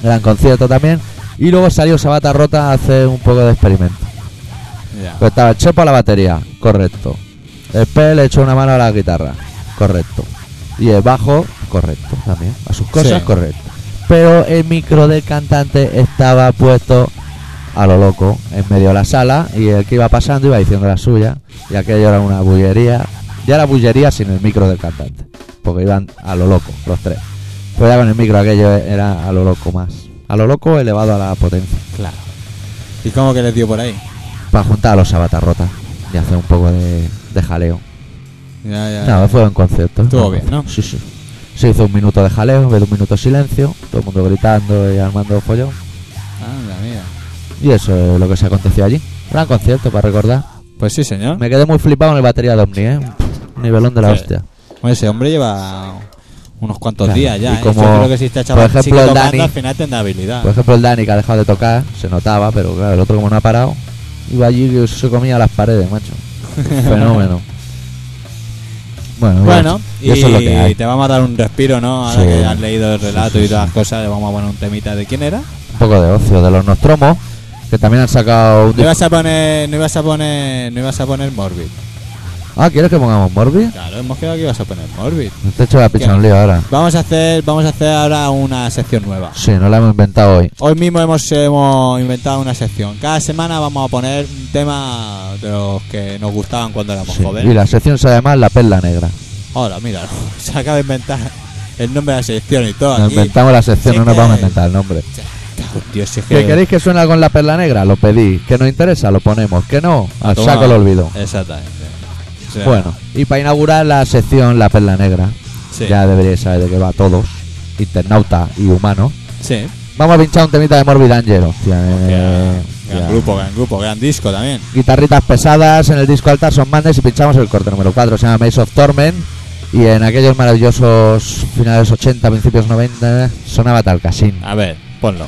[SPEAKER 2] gran concierto también. Y luego salió Sabata Rota a hacer un poco de experimento.
[SPEAKER 1] Ya.
[SPEAKER 2] Pues estaba el Chepo a la batería, correcto. El P le echó una mano a la guitarra, correcto. Y el bajo, correcto también. A sus cosas,
[SPEAKER 1] Sí.
[SPEAKER 2] correcto. Pero el micro del cantante estaba puesto a lo loco en medio de la sala y el que iba pasando iba diciendo la suya y aquello era una bullería. Ya era bullería sin el micro del cantante, porque iban a lo loco los tres. Pero ya con el micro aquello era a lo loco más. A lo loco elevado a la potencia.
[SPEAKER 1] Claro. ¿Y cómo que les dio por ahí?
[SPEAKER 2] Para juntar a los sabatarrotas y hacer un poco de, de jaleo.
[SPEAKER 1] Ya, ya,
[SPEAKER 2] No,
[SPEAKER 1] ya.
[SPEAKER 2] fue un concierto.
[SPEAKER 1] Estuvo bien, ¿no?
[SPEAKER 2] Sí, sí. Se hizo un minuto de jaleo, en vez de un minuto de silencio, todo el mundo gritando y armando follón.
[SPEAKER 1] Anda, mira.
[SPEAKER 2] Y eso es lo que se aconteció allí. Gran concierto para recordar.
[SPEAKER 1] Pues sí, señor.
[SPEAKER 2] Me quedé muy flipado con el batería de Omni, ¿eh? Un nivelón de la
[SPEAKER 1] Sí.
[SPEAKER 2] hostia.
[SPEAKER 1] Bueno, ese hombre lleva unos cuantos
[SPEAKER 2] Claro,
[SPEAKER 1] días ya.
[SPEAKER 2] y
[SPEAKER 1] ¿eh?
[SPEAKER 2] como-
[SPEAKER 1] Yo creo que si está chaval
[SPEAKER 2] por ejemplo,
[SPEAKER 1] sigue
[SPEAKER 2] el
[SPEAKER 1] tocando,
[SPEAKER 2] Dani-
[SPEAKER 1] al final tendrá habilidad.
[SPEAKER 2] Por ejemplo, el Dani que ha dejado de tocar, se notaba, pero claro, el otro como no ha parado, iba allí y se comía las paredes, macho. Fenómeno. Bueno, ya
[SPEAKER 1] bueno,
[SPEAKER 2] está.
[SPEAKER 1] y,
[SPEAKER 2] y eso es lo que hay.
[SPEAKER 1] te vamos a dar un respiro, ¿no? Ahora
[SPEAKER 2] Sí.
[SPEAKER 1] que has leído el
[SPEAKER 2] Sí,
[SPEAKER 1] relato
[SPEAKER 2] sí,
[SPEAKER 1] y todas
[SPEAKER 2] sí.
[SPEAKER 1] las cosas, le vamos a poner un temita de quién era.
[SPEAKER 2] Un poco de ocio de los Nostromos, que también han sacado un
[SPEAKER 1] No
[SPEAKER 2] disco-
[SPEAKER 1] ibas a poner, no ibas a poner, no ibas a poner Morbid.
[SPEAKER 2] Ah, ¿quieres que pongamos Morbi?
[SPEAKER 1] Claro, hemos quedado que ibas a poner Morbid.
[SPEAKER 2] Te he hecho la picha
[SPEAKER 1] ¿Qué?
[SPEAKER 2] un lío ahora.
[SPEAKER 1] Vamos a hacer, vamos a hacer ahora una sección nueva.
[SPEAKER 2] Sí, no la hemos inventado hoy.
[SPEAKER 1] Hoy mismo hemos, hemos inventado una sección. Cada semana vamos a poner un tema de los que nos gustaban cuando éramos
[SPEAKER 2] Sí.
[SPEAKER 1] jóvenes.
[SPEAKER 2] Y la sección se llama La Perla Negra.
[SPEAKER 1] Ahora, mira, se acaba de inventar el nombre de la sección y todo.
[SPEAKER 2] Nos
[SPEAKER 1] Aquí.
[SPEAKER 2] inventamos la sección,
[SPEAKER 1] Sí
[SPEAKER 2] no nos
[SPEAKER 1] que-
[SPEAKER 2] vamos a inventar el nombre.
[SPEAKER 1] Cago en Dios, si es
[SPEAKER 2] ¿Que
[SPEAKER 1] que-
[SPEAKER 2] queréis que suene con la perla negra? Lo pedí. ¿Que nos interesa? Lo ponemos. ¿Que no? Al
[SPEAKER 1] Toma.
[SPEAKER 2] saco lo olvido.
[SPEAKER 1] Exactamente. O sea,
[SPEAKER 2] Bueno, y para inaugurar la sección La perla negra,
[SPEAKER 1] sí.
[SPEAKER 2] ya deberíais saber de qué va todos, internauta y humano, Eh,
[SPEAKER 1] Sí.
[SPEAKER 2] vamos a pinchar un temita de Morbid Angelo. Hostia, eh,
[SPEAKER 1] gran
[SPEAKER 2] hostia.
[SPEAKER 1] grupo, gran grupo, gran disco también.
[SPEAKER 2] Guitarritas pesadas en el disco Altar son Mandes y pinchamos el corte número 4, se llama Maze of Torment. Y en aquellos maravillosos finales 80, principios 90, sonaba tal casín.
[SPEAKER 1] A ver, ponlo.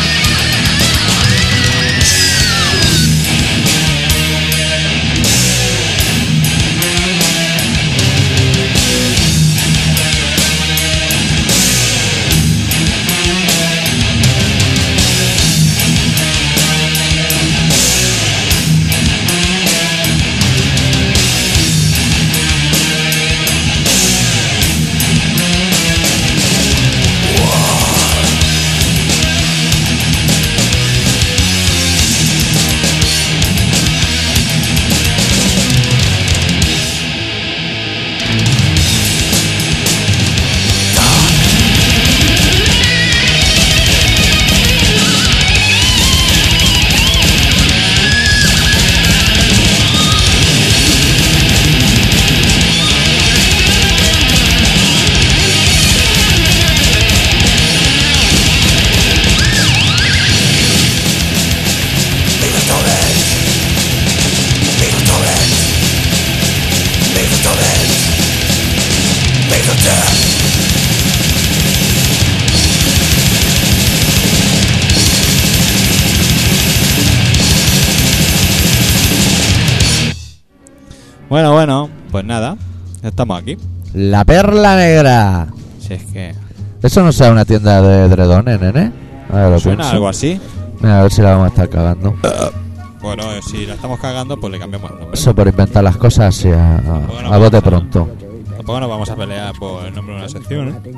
[SPEAKER 3] Thank
[SPEAKER 1] Bueno, bueno, pues nada, ya estamos aquí.
[SPEAKER 2] La perla negra.
[SPEAKER 1] Si es que
[SPEAKER 2] Eso no sea una tienda de dredones, nene. Ahora lo
[SPEAKER 1] suena
[SPEAKER 2] pienso.
[SPEAKER 1] algo así.
[SPEAKER 2] Mira, a ver si la vamos a estar cagando.
[SPEAKER 1] Bueno, eh, si la estamos cagando, pues le cambiamos el nombre.
[SPEAKER 2] Eso por inventar las cosas así a,
[SPEAKER 1] Tampoco
[SPEAKER 2] a,
[SPEAKER 1] nos
[SPEAKER 2] a bote
[SPEAKER 1] vamos a-
[SPEAKER 2] pronto.
[SPEAKER 1] Tampoco nos vamos a pelear por el nombre de una sección, ¿eh?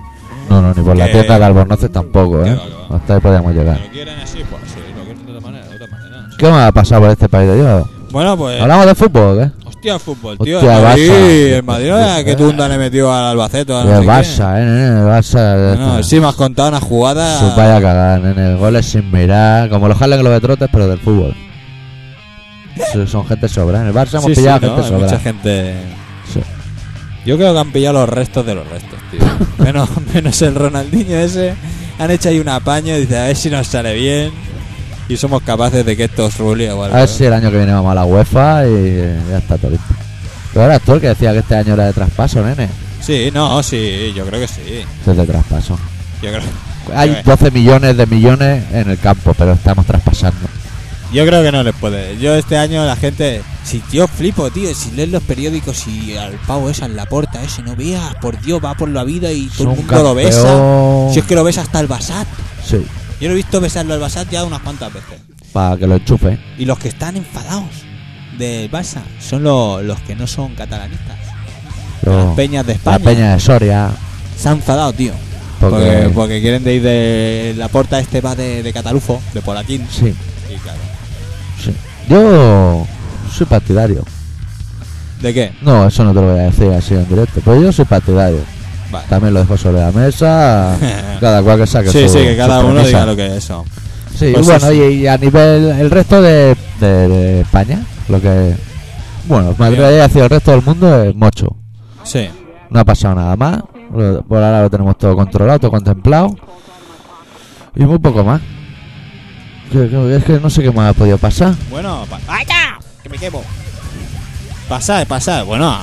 [SPEAKER 2] No, no, ni por la
[SPEAKER 1] Que-
[SPEAKER 2] tienda de Albornoces tampoco,
[SPEAKER 1] Que
[SPEAKER 2] ¿eh?
[SPEAKER 1] va, que va.
[SPEAKER 2] Hasta ahí podíamos llegar.
[SPEAKER 1] Si lo quieren así, pues así. Si lo quieren de otra manera, de otra manera.
[SPEAKER 2] ¿Qué me ha pasado por este país de Dios?
[SPEAKER 1] Bueno, pues.
[SPEAKER 2] ¿Hablamos de fútbol eh. o qué?
[SPEAKER 1] Hostia, el fútbol, tío.
[SPEAKER 2] Hostia,
[SPEAKER 1] el Madrid,
[SPEAKER 2] Barça.
[SPEAKER 1] el Madrid, vaya que tunda le metió al Albacete. al no
[SPEAKER 2] el
[SPEAKER 1] sé
[SPEAKER 2] Barça, ¿eh, nene? El Barça... este.
[SPEAKER 1] qué. Ah, No, sí, me has contado una jugada.
[SPEAKER 2] Su vaya cagada, nene. Goles sin mirar. Como los Harlem Globetrotters, pero del fútbol. Sí, Son gente sobra. En el Barça hemos
[SPEAKER 1] Sí, sí,
[SPEAKER 2] pillado
[SPEAKER 1] ¿no?
[SPEAKER 2] gente
[SPEAKER 1] Hay
[SPEAKER 2] sobra.
[SPEAKER 1] mucha gente.
[SPEAKER 2] Sí.
[SPEAKER 1] Yo creo que han pillado los restos de los restos, tío. Menos, menos el Ronaldinho ese. Han hecho ahí un apaño y dice, a ver si nos sale bien. Y somos capaces de que esto es rule o algo. ¿eh?
[SPEAKER 2] A ver si el año que viene vamos a la UEFA y ya está todo listo. Pero ahora tú el que decía que este año era de traspaso, nene.
[SPEAKER 1] Sí, no, sí, yo creo que sí.
[SPEAKER 2] Este es de traspaso.
[SPEAKER 1] Yo creo,
[SPEAKER 2] Hay 12 millones de millones en el campo, pero estamos traspasando.
[SPEAKER 1] yo creo que no les puede. Yo este año la gente. Si yo flipo, tío, si lees los periódicos y al pavo esa en la puerta, ese no veas, por Dios, va por la vida y todo el mundo lo besa. Si es que lo besa hasta el Basat.
[SPEAKER 2] Sí,
[SPEAKER 1] Yo lo he visto besarlo al Basat ya unas cuantas veces.
[SPEAKER 2] para que lo enchufe.
[SPEAKER 1] Y los que están enfadados del Barça son lo- los que no son catalanistas.
[SPEAKER 2] Lo-
[SPEAKER 1] Las peñas de
[SPEAKER 2] la
[SPEAKER 1] España
[SPEAKER 2] peña de Soria.
[SPEAKER 1] se han enfadado, tío.
[SPEAKER 2] Porque-
[SPEAKER 1] Porque, porque quieren de ir de la puerta este va de, de Catalufo, de Polatín.
[SPEAKER 2] Sí,
[SPEAKER 1] Y claro.
[SPEAKER 2] sí. Yo soy partidario.
[SPEAKER 1] ¿De qué?
[SPEAKER 2] No, eso no te lo voy a decir así en directo. Pero yo soy partidario.
[SPEAKER 1] Vale.
[SPEAKER 2] También lo dejo sobre la mesa. cada cual Ah, que saque
[SPEAKER 1] Sí,
[SPEAKER 2] su-
[SPEAKER 1] sí, que cada
[SPEAKER 2] su
[SPEAKER 1] uno
[SPEAKER 2] premisa.
[SPEAKER 1] diga lo que es eso.
[SPEAKER 2] Sí,
[SPEAKER 1] Pues
[SPEAKER 2] bueno,
[SPEAKER 1] sí,
[SPEAKER 2] y, y a nivel el resto de, de- de España, lo que bueno, Madrid hacia el resto del mundo es mocho.
[SPEAKER 1] Sí.
[SPEAKER 2] No ha pasado nada más. Lo- Por ahora lo tenemos todo controlado, todo contemplado. Y muy poco más. Que- que- Es que no sé qué más ha podido pasar.
[SPEAKER 1] Bueno, pa- ¡Vaya! ¡Que me quemo! Pasad, pasad. Bueno,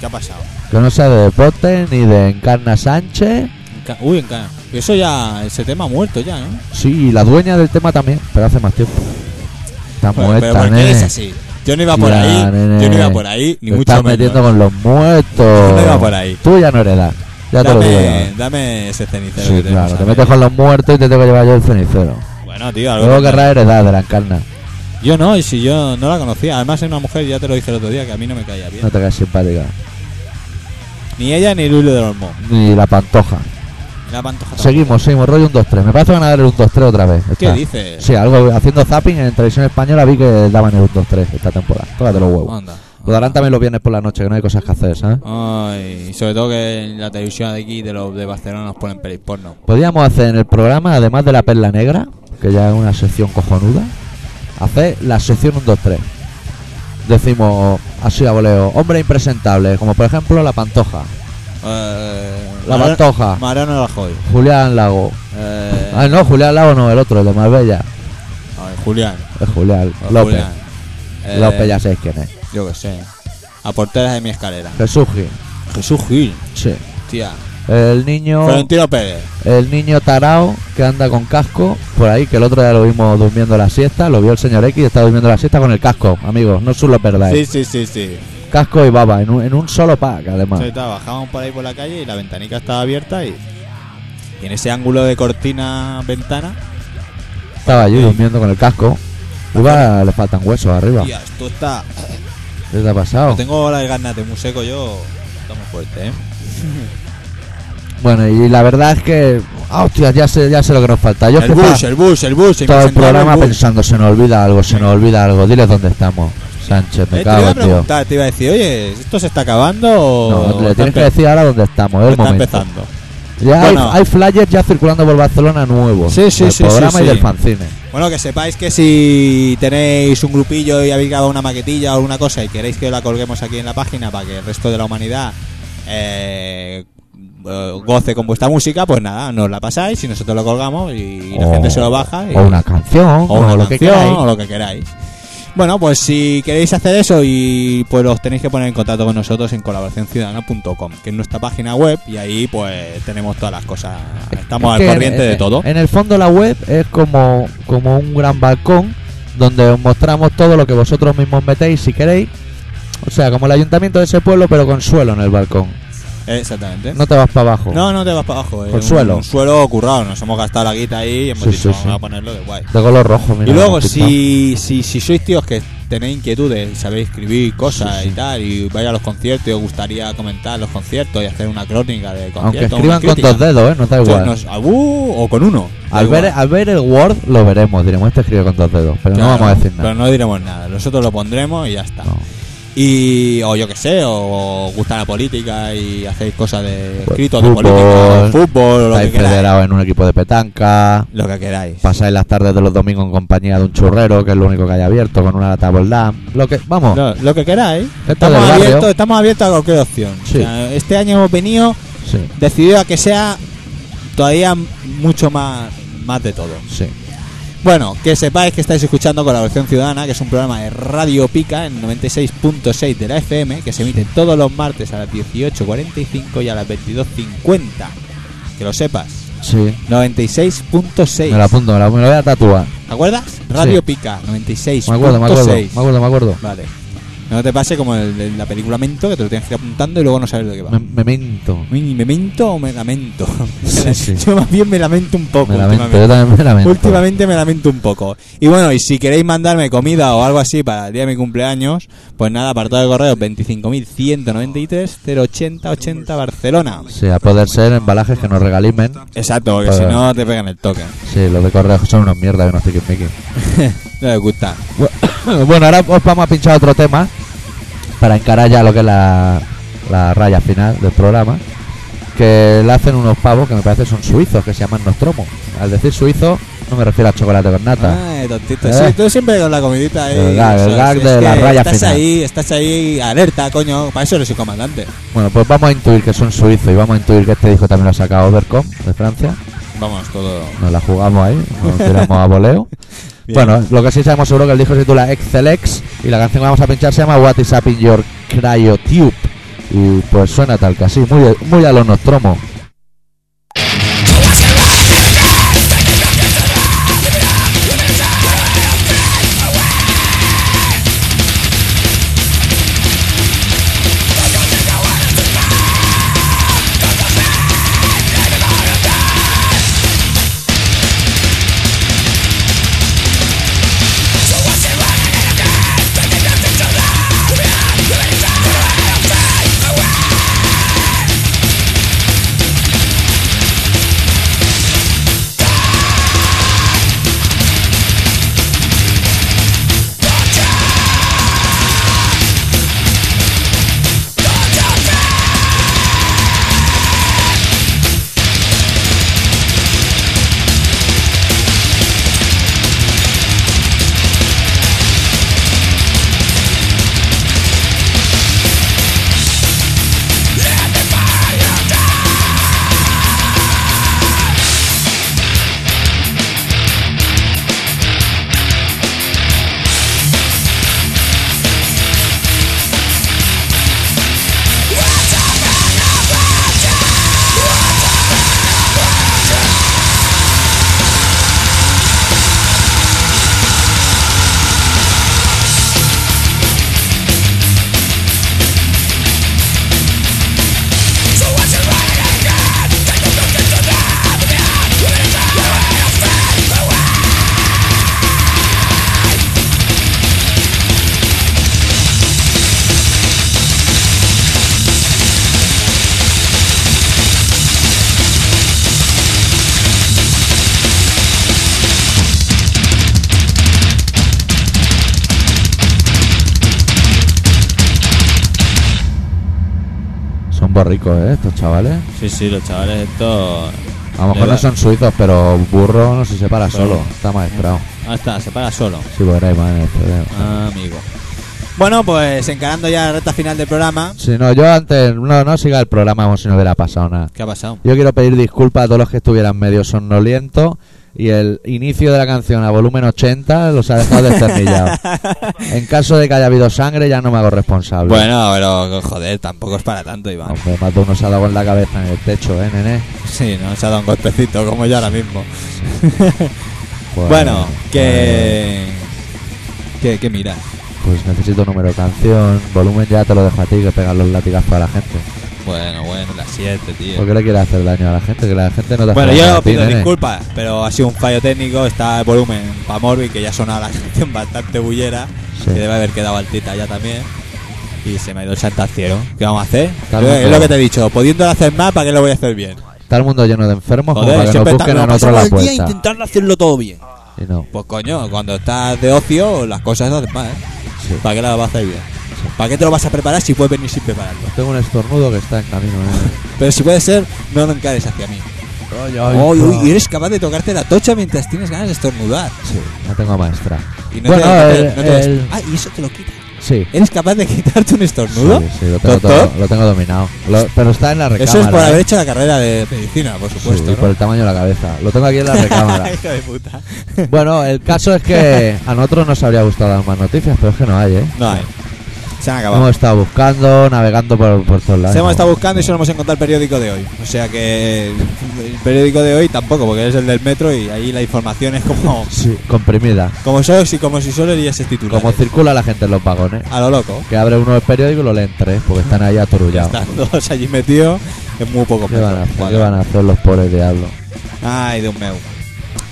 [SPEAKER 1] ¿qué ha pasado?
[SPEAKER 2] Que no sea de deporte, ni de Encarna Sánchez.
[SPEAKER 1] Enca- Uy, enca- Eso ya, ese tema ha muerto ya, ¿no?
[SPEAKER 2] Sí, y la dueña del tema también, pero hace más tiempo. Está
[SPEAKER 1] Pero- Pues,
[SPEAKER 2] muerta,
[SPEAKER 1] pero ¿por qué
[SPEAKER 2] nene.
[SPEAKER 1] es así? Yo no iba por
[SPEAKER 2] Ya,
[SPEAKER 1] ahí, yo
[SPEAKER 2] nene.
[SPEAKER 1] no iba por ahí, ni
[SPEAKER 2] Te
[SPEAKER 1] mucho
[SPEAKER 2] estás
[SPEAKER 1] menos.
[SPEAKER 2] metiendo con los muertos.
[SPEAKER 1] No iba por ahí.
[SPEAKER 2] Tú ya no heredas. Ya te lo digo. yo.
[SPEAKER 1] dame, dame ese cenicero
[SPEAKER 2] Sí,
[SPEAKER 1] que tenemos
[SPEAKER 2] claro. Te
[SPEAKER 1] ahí.
[SPEAKER 2] metes con los muertos y te tengo que llevar yo el cenicero.
[SPEAKER 1] Bueno, tío, algo
[SPEAKER 2] Luego
[SPEAKER 1] que-
[SPEAKER 2] querrás heredar de la encarna.
[SPEAKER 1] Yo no, y si yo no la conocía. Además, es una mujer, ya te lo dije el otro día, que a mí no me caía bien.
[SPEAKER 2] No te quedas simpática.
[SPEAKER 1] Ni ella ni Luis de Olmo.
[SPEAKER 2] Ni la pantoja.
[SPEAKER 1] La pantoja.
[SPEAKER 2] Seguimos, seguimos. Rollo un 2-3. Me parece que van a dar el 1-2-3 otra vez.
[SPEAKER 1] ¿Qué
[SPEAKER 2] Está.
[SPEAKER 1] dices?
[SPEAKER 2] Sí, algo haciendo zapping en televisión española vi que daban el 1-2-3 esta temporada. Tócate los huevos.
[SPEAKER 1] Anda.
[SPEAKER 2] Lo darán también los viernes por la noche, que no hay cosas que hacer, ¿sabes?
[SPEAKER 1] Ay, y sobre todo que en la televisión de aquí, de los de Barcelona, nos ponen pelis porno.
[SPEAKER 2] Podríamos hacer en el programa, además de la perla negra, que ya es una sección cojonuda, hacer la sección 1, 2, 3. Decimos así a voleo, hombre impresentable, como por ejemplo la pantoja,
[SPEAKER 1] Eh,
[SPEAKER 2] La
[SPEAKER 1] Mariano-
[SPEAKER 2] Pantoja.
[SPEAKER 1] Mariano Rajoy.
[SPEAKER 2] Julián Lago.
[SPEAKER 1] Eh,
[SPEAKER 2] Ah, no, Julián Lago no, el otro, el de Marbella.
[SPEAKER 1] a ver, Julián.
[SPEAKER 2] Es Julián
[SPEAKER 1] o
[SPEAKER 2] López.
[SPEAKER 1] Oh, Julián. Eh,
[SPEAKER 2] López ya sabéis quién es.
[SPEAKER 1] Yo qué sé. A porteras de mi escalera.
[SPEAKER 2] Jesús Gil.
[SPEAKER 1] Jesús Gil.
[SPEAKER 2] Sí.
[SPEAKER 1] Tía.
[SPEAKER 2] El niño,
[SPEAKER 1] Florentino Pérez.
[SPEAKER 2] el niño tarao que anda con casco por ahí, que el otro día lo vimos durmiendo la siesta, lo vio el señor X y está durmiendo la siesta con el casco, amigos, no solo perdáis.
[SPEAKER 1] Sí, sí, sí, sí.
[SPEAKER 2] Casco y baba, en un, en un solo pack, además.
[SPEAKER 1] Entonces, claro, bajábamos por ahí por la calle y la ventanica estaba abierta y, y en ese ángulo de cortina-ventana,
[SPEAKER 2] Estaba yo durmiendo con el casco.
[SPEAKER 1] Ah,
[SPEAKER 2] Iba, le faltan huesos arriba.
[SPEAKER 1] tía, esto está...
[SPEAKER 2] ¿Qué te ha pasado?
[SPEAKER 1] Tengo las ganas de muy seco yo, estamos fuerte, ¿eh?
[SPEAKER 2] Bueno, y la verdad es que. Ah, hostia, ya sé, ya sé lo que nos falta. Yo es
[SPEAKER 1] el
[SPEAKER 2] que
[SPEAKER 1] bus,
[SPEAKER 2] estaba
[SPEAKER 1] el bus, el bus,
[SPEAKER 2] todo el
[SPEAKER 1] impresentable,
[SPEAKER 2] programa
[SPEAKER 1] el bus.
[SPEAKER 2] pensando, se nos olvida algo, se nos olvida algo. Diles dónde estamos, Sánchez, me
[SPEAKER 1] Eh, te iba
[SPEAKER 2] cago,
[SPEAKER 1] a
[SPEAKER 2] tío.
[SPEAKER 1] preguntar, te iba a decir, oye, ¿esto se está acabando o
[SPEAKER 2] No, le
[SPEAKER 1] está
[SPEAKER 2] tienes que
[SPEAKER 1] empe-
[SPEAKER 2] decir ahora dónde estamos, es el
[SPEAKER 1] está
[SPEAKER 2] momento.
[SPEAKER 1] empezando?
[SPEAKER 2] Ya hay,
[SPEAKER 1] Bueno.
[SPEAKER 2] hay flyers ya circulando por Barcelona nuevos.
[SPEAKER 1] Sí, sí,
[SPEAKER 2] del
[SPEAKER 1] sí, sí,
[SPEAKER 2] programa y
[SPEAKER 1] sí.
[SPEAKER 2] del fanzine.
[SPEAKER 1] Bueno, que sepáis que si tenéis un grupillo y habéis grabado una maquetilla o alguna cosa y queréis que la colguemos aquí en la página para que el resto de la humanidad eh, eh, goce con vuestra música, pues nada, nos la pasáis y nosotros lo colgamos y la
[SPEAKER 2] O-
[SPEAKER 1] gente se lo baja. y-
[SPEAKER 2] O una canción, o,
[SPEAKER 1] o una
[SPEAKER 2] lo que
[SPEAKER 1] canción,
[SPEAKER 2] queráis.
[SPEAKER 1] o lo que queráis. Bueno, pues si queréis hacer eso y pues os tenéis que poner en contacto con nosotros en colaboracionciudadana.com, que es nuestra página web y ahí pues tenemos todas las cosas. Estamos
[SPEAKER 2] Es que
[SPEAKER 1] al corriente
[SPEAKER 2] en-
[SPEAKER 1] de
[SPEAKER 2] en-
[SPEAKER 1] todo.
[SPEAKER 2] En el fondo la web es como, como un gran balcón donde os mostramos todo lo que vosotros mismos metéis si queréis. O sea, como el ayuntamiento de ese pueblo, pero con suelo en el balcón.
[SPEAKER 1] Exactamente.
[SPEAKER 2] No te vas para abajo.
[SPEAKER 1] No, no te vas para abajo. eh.
[SPEAKER 2] Con
[SPEAKER 1] Un-
[SPEAKER 2] suelo.
[SPEAKER 1] Un suelo currado. Nos hemos gastado la guita ahí y hemos
[SPEAKER 2] Sí,
[SPEAKER 1] dicho,
[SPEAKER 2] sí, sí.
[SPEAKER 1] vamos a ponerlo de guay.
[SPEAKER 2] De color rojo, mira.
[SPEAKER 1] y luego,
[SPEAKER 2] firmado.
[SPEAKER 1] si, si, si sois tíos que tenéis inquietudes, sabéis escribir cosas
[SPEAKER 2] Sí, sí.
[SPEAKER 1] y tal, y vais a los conciertos y os gustaría comentar los conciertos y hacer una crónica de
[SPEAKER 2] Aunque
[SPEAKER 1] conciertos.
[SPEAKER 2] escriban
[SPEAKER 1] una
[SPEAKER 2] con
[SPEAKER 1] crítica,
[SPEAKER 2] dos dedos, ¿eh? No está igual.
[SPEAKER 1] nos- abú o con uno. da
[SPEAKER 2] al,
[SPEAKER 1] igual.
[SPEAKER 2] ver, al ver el Word lo veremos, diremos, este escribe con dos dedos, pero
[SPEAKER 1] Claro,
[SPEAKER 2] no vamos a decir nada.
[SPEAKER 1] Pero no diremos nada. Nosotros lo pondremos y ya está.
[SPEAKER 2] No.
[SPEAKER 1] Y, o yo que sé, o os gusta la política y hacéis cosas de
[SPEAKER 2] Pues,
[SPEAKER 1] escritos de
[SPEAKER 2] fútbol,
[SPEAKER 1] política, fútbol, o lo que
[SPEAKER 2] Estáis
[SPEAKER 1] queráis.
[SPEAKER 2] federados en un equipo de petanca,
[SPEAKER 1] Lo que queráis.
[SPEAKER 2] pasáis las tardes de los domingos en compañía de un churrero, que es lo único que hay abierto, con una lata Boldam, lo que... Vamos,
[SPEAKER 1] Lo, lo que queráis.
[SPEAKER 2] Esto
[SPEAKER 1] Estamos
[SPEAKER 2] del barrio.
[SPEAKER 1] abiertos, estamos abiertos a cualquier opción.
[SPEAKER 2] Sí.
[SPEAKER 1] O sea, este año hemos venido
[SPEAKER 2] sí,
[SPEAKER 1] decidido a que sea todavía mucho más, más de todo.
[SPEAKER 2] sí.
[SPEAKER 1] Bueno, que sepáis que estáis escuchando Colaboración Ciudadana, que es un programa de Radio Pica en 96.6 de la FM, que se emite todos los martes a las 18.45 y a las 22.50. Que lo sepas.
[SPEAKER 2] Sí,
[SPEAKER 1] 96.6.
[SPEAKER 2] me lo apunto, me lo, me lo voy a tatuar.
[SPEAKER 1] ¿Te acuerdas? Radio
[SPEAKER 2] Sí.
[SPEAKER 1] Pica, 96.6.
[SPEAKER 2] Me acuerdo, me acuerdo, me acuerdo, me acuerdo.
[SPEAKER 1] Vale. No te pase como el- el- la película Mento, que te lo tienes que ir apuntando y luego no sabes de qué va.
[SPEAKER 2] Me, me minto,
[SPEAKER 1] ¿Me, me mento o me lamento?
[SPEAKER 2] Sí, sí.
[SPEAKER 1] Yo más bien me lamento un poco
[SPEAKER 2] me lamento, yo
[SPEAKER 1] últimamente.
[SPEAKER 2] también me lamento.
[SPEAKER 1] Últimamente me lamento un poco. Y bueno, y si queréis mandarme comida o algo así para el día de mi cumpleaños, pues nada, apartado de correos 25.193-080-80 Barcelona.
[SPEAKER 2] Sí, a poder ser embalajes que nos regalimen.
[SPEAKER 1] Exacto, que si no te pegan el toque.
[SPEAKER 2] Sí, los de correos son unos mierdas, unos tiquismiquis.
[SPEAKER 1] no les gusta.
[SPEAKER 2] Bu- Bueno, ahora os vamos a pinchar otro tema para encarar ya lo que es la, la raya final del programa. Que le hacen unos pavos que me parece son suizos, que se llaman Nostromo. Al decir suizo, no me refiero a chocolate con nata.
[SPEAKER 1] Ay, tontito.
[SPEAKER 2] Eh.
[SPEAKER 1] Sí, tú siempre con la comidita ahí.
[SPEAKER 2] El gag, el
[SPEAKER 1] eso,
[SPEAKER 2] gag
[SPEAKER 1] sí,
[SPEAKER 2] de
[SPEAKER 1] es
[SPEAKER 2] la
[SPEAKER 1] que
[SPEAKER 2] raya
[SPEAKER 1] Estás
[SPEAKER 2] final.
[SPEAKER 1] ahí, estás ahí, alerta, coño. Para eso eres el comandante.
[SPEAKER 2] Bueno, pues vamos a intuir que son suizos y vamos a intuir que este disco también lo ha sacado Overcom de Francia.
[SPEAKER 1] Vamos, todo.
[SPEAKER 2] Nos la jugamos ahí, nos tiramos a voleo.
[SPEAKER 1] Bien.
[SPEAKER 2] Bueno, lo que sí sabemos seguro que el disco se titula Excelex y la canción que vamos a pinchar se llama What is up in your cryotube. Y pues suena tal que así, muy, muy a los Nostromo. Son borricos, ¿eh? Estos chavales.
[SPEAKER 1] Sí, sí, los chavales, esto.
[SPEAKER 2] A lo mejor no
[SPEAKER 1] Verdad.
[SPEAKER 2] son suizos, pero burro no se separa
[SPEAKER 1] Pero-
[SPEAKER 2] solo. Está maestrado.
[SPEAKER 1] Ah, está, se para solo.
[SPEAKER 2] Sí, pues era imán, eh, pero-
[SPEAKER 1] Ah. Amigo. Bueno, pues encarando ya la recta final del programa.
[SPEAKER 2] Si no, yo antes, no, no siga el programa como si no hubiera pasado nada.
[SPEAKER 1] ¿Qué ha pasado?
[SPEAKER 2] Yo quiero pedir disculpas a todos los que estuvieran medio somnolientos y el inicio de la canción a volumen 80 los ha dejado destornillados. en caso de que haya habido sangre, ya no me hago responsable.
[SPEAKER 1] Bueno, pero joder, tampoco es para tanto, Iván.
[SPEAKER 2] Aunque más de uno se ha dado con la cabeza en el techo, ¿eh, nene?
[SPEAKER 1] Sí, no se ha dado un golpecito como yo ahora mismo.
[SPEAKER 2] Pues,
[SPEAKER 1] bueno, pues-
[SPEAKER 2] eh,
[SPEAKER 1] que... que. que mira.
[SPEAKER 2] Pues necesito número de canción, volumen ya te lo dejo a ti que pegan los latigazos a la gente.
[SPEAKER 1] Bueno, bueno, las 7, tío.
[SPEAKER 2] ¿Por qué le quieres hacer daño a la gente? Que la eh. gente no te hace
[SPEAKER 1] Bueno,
[SPEAKER 2] daño a
[SPEAKER 1] yo
[SPEAKER 2] ti,
[SPEAKER 1] pido
[SPEAKER 2] nene.
[SPEAKER 1] disculpas, pero ha sido un fallo técnico. Está el volumen para Morbi, que ya sonaba la canción bastante bullera.
[SPEAKER 2] Sí.
[SPEAKER 1] Que debe haber quedado altita ya también. Y se me ha ido el santaciero. ¿Qué vamos a hacer?
[SPEAKER 2] Está
[SPEAKER 1] Yo-
[SPEAKER 2] muy
[SPEAKER 1] es
[SPEAKER 2] feo.
[SPEAKER 1] lo que te he dicho. Pudiéndolo hacer más, ¿para qué lo voy a hacer bien?
[SPEAKER 2] Está el mundo lleno de enfermos como
[SPEAKER 1] Joder,
[SPEAKER 2] para que nos
[SPEAKER 1] siempre está-
[SPEAKER 2] busquen a
[SPEAKER 1] nos
[SPEAKER 2] nosotros
[SPEAKER 1] pasamos
[SPEAKER 2] la
[SPEAKER 1] el día
[SPEAKER 2] puerta.
[SPEAKER 1] intentando hacerlo todo bien.
[SPEAKER 2] Y no.
[SPEAKER 1] Pues coño, cuando estás de ocio, las cosas no hacen mal. ¿eh?
[SPEAKER 2] Sí.
[SPEAKER 1] ¿Para qué las vas a hacer bien? ¿Para qué te lo vas a preparar si puedes venir sin prepararlo?
[SPEAKER 2] Tengo un estornudo que está en camino. ¿eh?
[SPEAKER 1] Pero si puede ser, no lo encares hacia mí. Uy, uy, eres capaz de tocarte la tocha mientras tienes ganas de estornudar.
[SPEAKER 2] Sí, no tengo maestra.
[SPEAKER 1] Y no
[SPEAKER 2] bueno,
[SPEAKER 1] te, no te-
[SPEAKER 2] el-
[SPEAKER 1] no te-
[SPEAKER 2] el-
[SPEAKER 1] Ah, y eso te lo quita.
[SPEAKER 2] sí.
[SPEAKER 1] ¿Eres capaz de quitarte un estornudo?
[SPEAKER 2] Sí, sí, lo tengo,
[SPEAKER 1] ¿Doctor?
[SPEAKER 2] todo- lo tengo dominado. Lo- pero está en la recámara.
[SPEAKER 1] Eso es por
[SPEAKER 2] ¿eh?
[SPEAKER 1] haber hecho la carrera de medicina, por
[SPEAKER 2] Sí,
[SPEAKER 1] supuesto.
[SPEAKER 2] y por el tamaño de la cabeza. Lo tengo aquí en la
[SPEAKER 1] ¿no?
[SPEAKER 2] recámara.
[SPEAKER 1] Hijo de puta.
[SPEAKER 2] bueno, el caso es que a nosotros nos habría gustado dar más noticias, pero es que no hay, ¿eh?
[SPEAKER 1] No hay. Se han acabado.
[SPEAKER 2] Hemos estado buscando, navegando por, por todos lados.
[SPEAKER 1] Se hemos
[SPEAKER 2] No.
[SPEAKER 1] estado buscando y solo hemos encontrado el periódico de hoy. O sea que el periódico de hoy tampoco, porque es el del metro y ahí la información es como
[SPEAKER 2] Sí, comprimida.
[SPEAKER 1] como solo si como si solo leías el titular.
[SPEAKER 2] Como circula la gente en los vagones.
[SPEAKER 1] A lo loco.
[SPEAKER 2] Que abre uno el periódico y lo leen tres, porque están ahí atorullados.
[SPEAKER 1] Están todos allí metidos, es muy poco.
[SPEAKER 2] ¿Qué van, a
[SPEAKER 1] metro
[SPEAKER 2] hacer? ¿Qué
[SPEAKER 1] cuadrado.
[SPEAKER 2] van a hacer los pobres diablos?
[SPEAKER 1] Ay, Dios mío.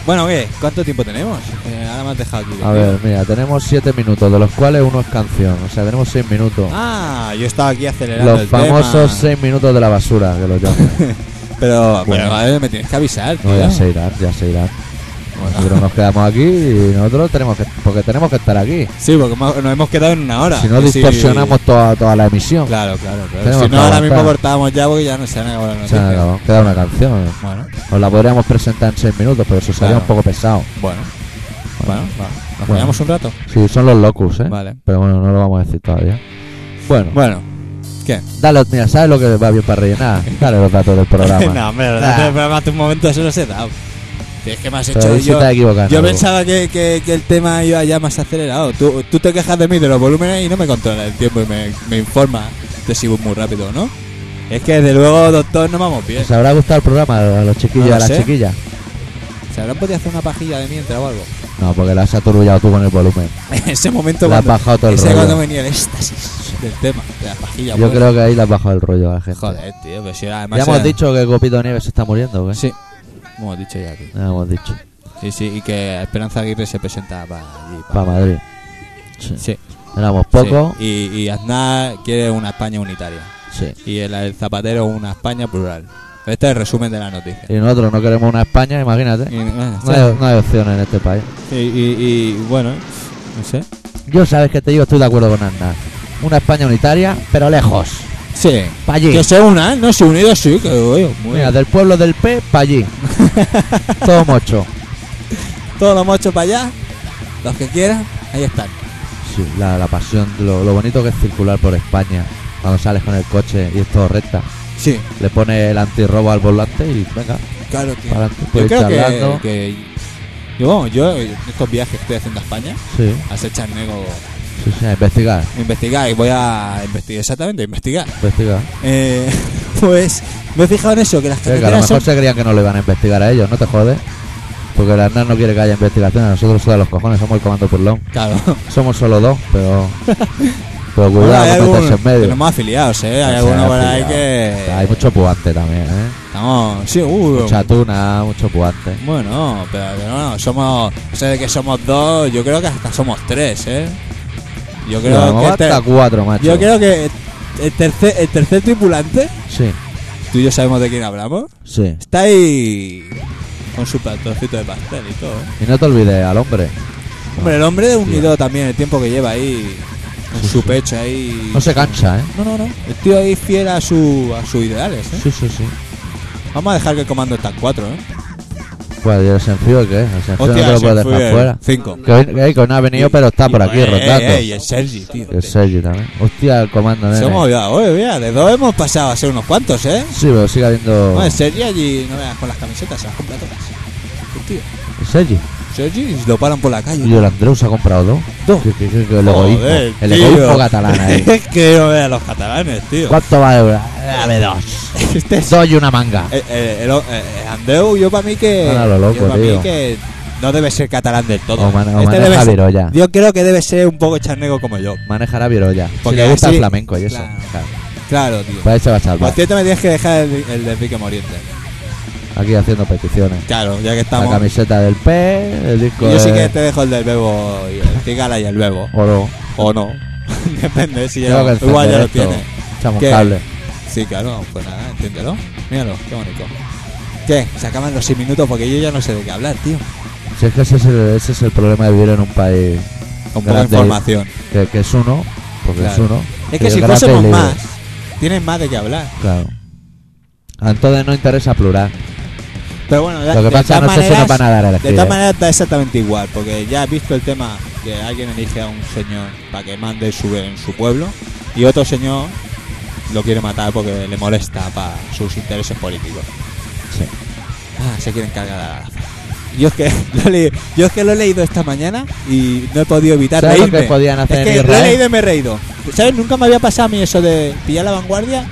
[SPEAKER 1] Bueno, ¿qué? ¿Cuánto tiempo tenemos? Eh, ahora me has dejado aquí.
[SPEAKER 2] A ver, mira, tenemos siete minutos, de los cuales uno es canción. O sea, tenemos seis minutos.
[SPEAKER 1] Ah, yo estaba aquí acelerando
[SPEAKER 2] los
[SPEAKER 1] el
[SPEAKER 2] famosos
[SPEAKER 1] tema.
[SPEAKER 2] seis minutos de la basura, que lo llaman.
[SPEAKER 1] Pero,
[SPEAKER 2] Bueno.
[SPEAKER 1] pero, a ver, me tienes que avisar,
[SPEAKER 2] No,
[SPEAKER 1] tío.
[SPEAKER 2] ya se irán, ya se irán.
[SPEAKER 1] Bueno.
[SPEAKER 2] Nosotros nos quedamos aquí y nosotros tenemos que, porque tenemos que estar aquí.
[SPEAKER 1] Sí, porque hemos- nos hemos quedado en una hora.
[SPEAKER 2] Si no
[SPEAKER 1] Que sí.
[SPEAKER 2] distorsionamos toda, toda la emisión.
[SPEAKER 1] Claro, claro, claro.
[SPEAKER 2] Tenemos
[SPEAKER 1] Si
[SPEAKER 2] que
[SPEAKER 1] no, ahora mismo
[SPEAKER 2] aguantar.
[SPEAKER 1] cortábamos ya porque ya no se han acabado las
[SPEAKER 2] Se
[SPEAKER 1] noticias.
[SPEAKER 2] ha acabado. Queda una canción.
[SPEAKER 1] Bueno,
[SPEAKER 2] Os la podríamos presentar en seis minutos, pero eso sería
[SPEAKER 1] Claro.
[SPEAKER 2] un poco pesado.
[SPEAKER 1] bueno. Bueno, va. Nos
[SPEAKER 2] Bueno.
[SPEAKER 1] ponemos un rato.
[SPEAKER 2] Sí, son los locus, ¿eh?
[SPEAKER 1] Vale.
[SPEAKER 2] Pero bueno, no lo vamos a decir todavía. Bueno,
[SPEAKER 1] Bueno.
[SPEAKER 2] dale, mira, ¿sabes lo que va bien para rellenar? Dale los datos del programa.
[SPEAKER 1] no, hombre, el
[SPEAKER 2] Ah.
[SPEAKER 1] programa hace un momento eso no se da. Si Es que me has
[SPEAKER 2] Pero
[SPEAKER 1] hecho
[SPEAKER 2] ahí sí
[SPEAKER 1] yo.
[SPEAKER 2] te has equivocado en
[SPEAKER 1] Yo
[SPEAKER 2] algo.
[SPEAKER 1] pensaba que, que- que el tema iba ya más acelerado. Tú, tú te quejas de mí de los volúmenes y no me controlas el tiempo y me, me informas de si voy muy rápido o no. Es que desde luego, doctor, no vamos bien.
[SPEAKER 2] ¿Os habrá gustado el programa a los chiquillos
[SPEAKER 1] No
[SPEAKER 2] y
[SPEAKER 1] lo
[SPEAKER 2] a las
[SPEAKER 1] sé.
[SPEAKER 2] chiquillas?
[SPEAKER 1] ¿Se habrán podido hacer una pajilla de mientras o algo?
[SPEAKER 2] No, porque la has aturullado tú con el volumen.
[SPEAKER 1] En ese momento
[SPEAKER 2] Le has
[SPEAKER 1] cuando,
[SPEAKER 2] bajado todo el
[SPEAKER 1] ese
[SPEAKER 2] rollo.
[SPEAKER 1] cuando venía el éxtasis del tema, de la pajilla.
[SPEAKER 2] Yo
[SPEAKER 1] pues.
[SPEAKER 2] creo que ahí le has bajado el rollo a la gente.
[SPEAKER 1] Joder, tío, pero si además...
[SPEAKER 2] Ya hemos
[SPEAKER 1] era-
[SPEAKER 2] dicho que Copito Nieves se está muriendo, ¿eh?
[SPEAKER 1] Sí, como hemos dicho ya, tío.
[SPEAKER 2] Ya hemos dicho.
[SPEAKER 1] Sí, sí, y que Esperanza Aguirre se presenta para allí. pa-
[SPEAKER 2] Para Madrid. Sí.
[SPEAKER 1] Sí,
[SPEAKER 2] Éramos poco.
[SPEAKER 1] sí. Y, y Aznar quiere una España unitaria.
[SPEAKER 2] Sí.
[SPEAKER 1] Y el, el Zapatero una España plural. Este es el resumen de la noticia.
[SPEAKER 2] Y nosotros no queremos una España,
[SPEAKER 1] Y,
[SPEAKER 2] imagínate.
[SPEAKER 1] bueno,
[SPEAKER 2] No hay, no hay opción en este país.
[SPEAKER 1] y- y- y, bueno, no sé.
[SPEAKER 2] Yo sabes que te digo, estoy de acuerdo con Aznar. Una España unitaria, pero lejos.
[SPEAKER 1] Sí.
[SPEAKER 2] Para allí.
[SPEAKER 1] Que se unan, no, si unidos sí, que oye, muy
[SPEAKER 2] Mira,
[SPEAKER 1] bien.
[SPEAKER 2] del pueblo del P para allí. Todo mocho.
[SPEAKER 1] Todos los mochos para allá, los que quieran, ahí están.
[SPEAKER 2] Sí, la, la pasión, lo, lo bonito que es circular por España. Cuando sales con el coche y es todo recta.
[SPEAKER 1] Sí,
[SPEAKER 2] Le pone el antirrobo al volante y venga,
[SPEAKER 1] claro, tío.
[SPEAKER 2] para adelante.
[SPEAKER 1] Yo
[SPEAKER 2] Puedes ir
[SPEAKER 1] creo que,
[SPEAKER 2] charlando.
[SPEAKER 1] que- yo, vamos, yo en estos viajes que estoy haciendo a España,
[SPEAKER 2] Sí,
[SPEAKER 1] a ser charnego,
[SPEAKER 2] sí, sí, a investigar.
[SPEAKER 1] investigar y voy a investigar, exactamente, a investigar.
[SPEAKER 2] Investigar.
[SPEAKER 1] Eh, pues me he fijado en eso, que las
[SPEAKER 2] Creo que a lo
[SPEAKER 1] carreteras
[SPEAKER 2] mejor
[SPEAKER 1] son...
[SPEAKER 2] se creían que no le iban a investigar a ellos, no te jodes. Porque el Hernán no quiere que haya investigación, a nosotros se da los cojones, somos el comando purlón.
[SPEAKER 1] Claro.
[SPEAKER 2] Somos solo dos, pero. Pero
[SPEAKER 1] Bueno,
[SPEAKER 2] cuidado,
[SPEAKER 1] hay
[SPEAKER 2] no
[SPEAKER 1] algunos
[SPEAKER 2] meterse en medio.
[SPEAKER 1] Tenemos afiliados, ¿eh? Hay
[SPEAKER 2] O sea,
[SPEAKER 1] algunos por ahí
[SPEAKER 2] cuidado.
[SPEAKER 1] que...
[SPEAKER 2] Hay mucho puante también, ¿eh?
[SPEAKER 1] Estamos... Sí, uh,
[SPEAKER 2] Mucha tuna, mucho puante.
[SPEAKER 1] Bueno, pero no, no, somos... O sea, de que somos dos, yo creo que hasta somos tres, ¿eh? Yo creo
[SPEAKER 2] Pero
[SPEAKER 1] que...
[SPEAKER 2] hasta
[SPEAKER 1] ter-
[SPEAKER 2] cuatro, macho.
[SPEAKER 1] Yo creo que el tercer, el tercer tripulante,
[SPEAKER 2] Sí,
[SPEAKER 1] tú y yo sabemos de quién hablamos,
[SPEAKER 2] sí.
[SPEAKER 1] está ahí con su trocito de pastel y todo.
[SPEAKER 2] Y no te olvides al hombre.
[SPEAKER 1] Hombre, el hombre de
[SPEAKER 2] Tío.
[SPEAKER 1] unido también, el tiempo que lleva ahí, con
[SPEAKER 2] Sí,
[SPEAKER 1] su
[SPEAKER 2] sí.
[SPEAKER 1] pecho ahí.
[SPEAKER 2] No se cansa, ¿eh?
[SPEAKER 1] No, no, no. El tío ahí fiel a, su, a sus ideales, ¿eh?
[SPEAKER 2] Sí, sí, sí.
[SPEAKER 1] Vamos a dejar que el comando está en cuatro, ¿eh?
[SPEAKER 2] Bueno, Pues, ¿y el Senfío qué? El Senfío no te lo puedes dejar fuera.
[SPEAKER 1] Cinco.
[SPEAKER 2] Que, hoy- que hoy- que hoy no ha venido, pero está por aquí
[SPEAKER 1] Eh,
[SPEAKER 2] rotando.
[SPEAKER 1] eh, Y el Sergi, tío.
[SPEAKER 2] El Sergi también. Hostia, el comando,
[SPEAKER 1] Se hemos
[SPEAKER 2] nene.
[SPEAKER 1] olvidado. Oye, mira, de dos hemos pasado a ser unos cuantos, ¿eh?
[SPEAKER 2] Sí, pero sigue habiendo.
[SPEAKER 1] No, el Sergi allí, no veas, con las camisetas se las compra todas. El tío.
[SPEAKER 2] El Sergi.
[SPEAKER 1] Sergi lo paran por la calle.
[SPEAKER 2] Y el Andreu se ha comprado dos.
[SPEAKER 1] Dos.
[SPEAKER 2] Que- que- que- que el egoísmo.
[SPEAKER 1] Joder,
[SPEAKER 2] el
[SPEAKER 1] tío. Este
[SPEAKER 2] egoísmo catalán ahí.
[SPEAKER 1] es que no veas los catalanes, tío.
[SPEAKER 2] ¿Cuánto va a durar? Dame dos.
[SPEAKER 1] Este es-
[SPEAKER 2] Dos y una manga.
[SPEAKER 1] Eh, eh, el, eh, eh, Andreu, yo para mí que.
[SPEAKER 2] Van a lo loco,
[SPEAKER 1] yo pa' mí
[SPEAKER 2] tío.
[SPEAKER 1] que no debe ser catalán del todo. Este
[SPEAKER 2] O man- o maneja
[SPEAKER 1] debe ser-
[SPEAKER 2] Viroya.
[SPEAKER 1] yo creo que debe ser un poco charnego como yo.
[SPEAKER 2] Manejará Viroya. Si
[SPEAKER 1] Porque
[SPEAKER 2] le gusta
[SPEAKER 1] así-
[SPEAKER 2] el flamenco y eso.
[SPEAKER 1] Claro.
[SPEAKER 2] Claro.
[SPEAKER 1] Claro, tío.
[SPEAKER 2] Pues ahí se va a
[SPEAKER 1] Por
[SPEAKER 2] salvar.
[SPEAKER 1] cierto, me tienes que dejar el, el de Enrique Moriente.
[SPEAKER 2] Aquí haciendo peticiones.
[SPEAKER 1] Claro, ya que
[SPEAKER 2] La
[SPEAKER 1] estamos.
[SPEAKER 2] camiseta del P, el disco
[SPEAKER 1] Yo sí
[SPEAKER 2] de
[SPEAKER 1] que te dejo el del Bebo y el Cigala y el Bebo.
[SPEAKER 2] Oro.
[SPEAKER 1] O no. Depende, si ya
[SPEAKER 2] Tengo que
[SPEAKER 1] lo-
[SPEAKER 2] encender
[SPEAKER 1] igual ya lo
[SPEAKER 2] esto.
[SPEAKER 1] tiene.
[SPEAKER 2] Echamos
[SPEAKER 1] ¿Qué?
[SPEAKER 2] cable.
[SPEAKER 1] Sí, claro, pues nada, entiéndelo. Míralo, qué bonito. ¿Qué? Se acaban los 6 minutos porque yo ya no sé de qué hablar, tío.
[SPEAKER 2] Si es que ese es, el, ese es el problema de vivir en un país
[SPEAKER 1] Con poca
[SPEAKER 2] grande,
[SPEAKER 1] información.
[SPEAKER 2] Que, que es uno, porque es
[SPEAKER 1] Claro.
[SPEAKER 2] uno.
[SPEAKER 1] Es
[SPEAKER 2] y
[SPEAKER 1] que si
[SPEAKER 2] grande y
[SPEAKER 1] fuésemos
[SPEAKER 2] libre.
[SPEAKER 1] más, tienen más de qué hablar.
[SPEAKER 2] Claro. Entonces no interesa plural.
[SPEAKER 1] Pero bueno, de,
[SPEAKER 2] Lo que
[SPEAKER 1] de
[SPEAKER 2] pasa
[SPEAKER 1] todas
[SPEAKER 2] no sé si nos
[SPEAKER 1] maneras,
[SPEAKER 2] van a dar a
[SPEAKER 1] de
[SPEAKER 2] elegir.
[SPEAKER 1] todas
[SPEAKER 2] ¿eh?
[SPEAKER 1] maneras da exactamente igual, porque ya has visto el tema que alguien elige a un señor para que mande su, en su pueblo y otro señor lo quiere matar porque le molesta para sus intereses políticos.
[SPEAKER 2] Sí.
[SPEAKER 1] Ah, se quieren cargar a la yo es, que lo he leído, yo es que lo he leído esta mañana y no he podido evitar
[SPEAKER 2] ¿Sabes lo
[SPEAKER 1] reírme.
[SPEAKER 2] que podían
[SPEAKER 1] es
[SPEAKER 2] hacer en
[SPEAKER 1] que lo he
[SPEAKER 2] Israel?
[SPEAKER 1] leído y me he reído. ¿Sabes? Nunca me había pasado a mí eso de pillar la vanguardia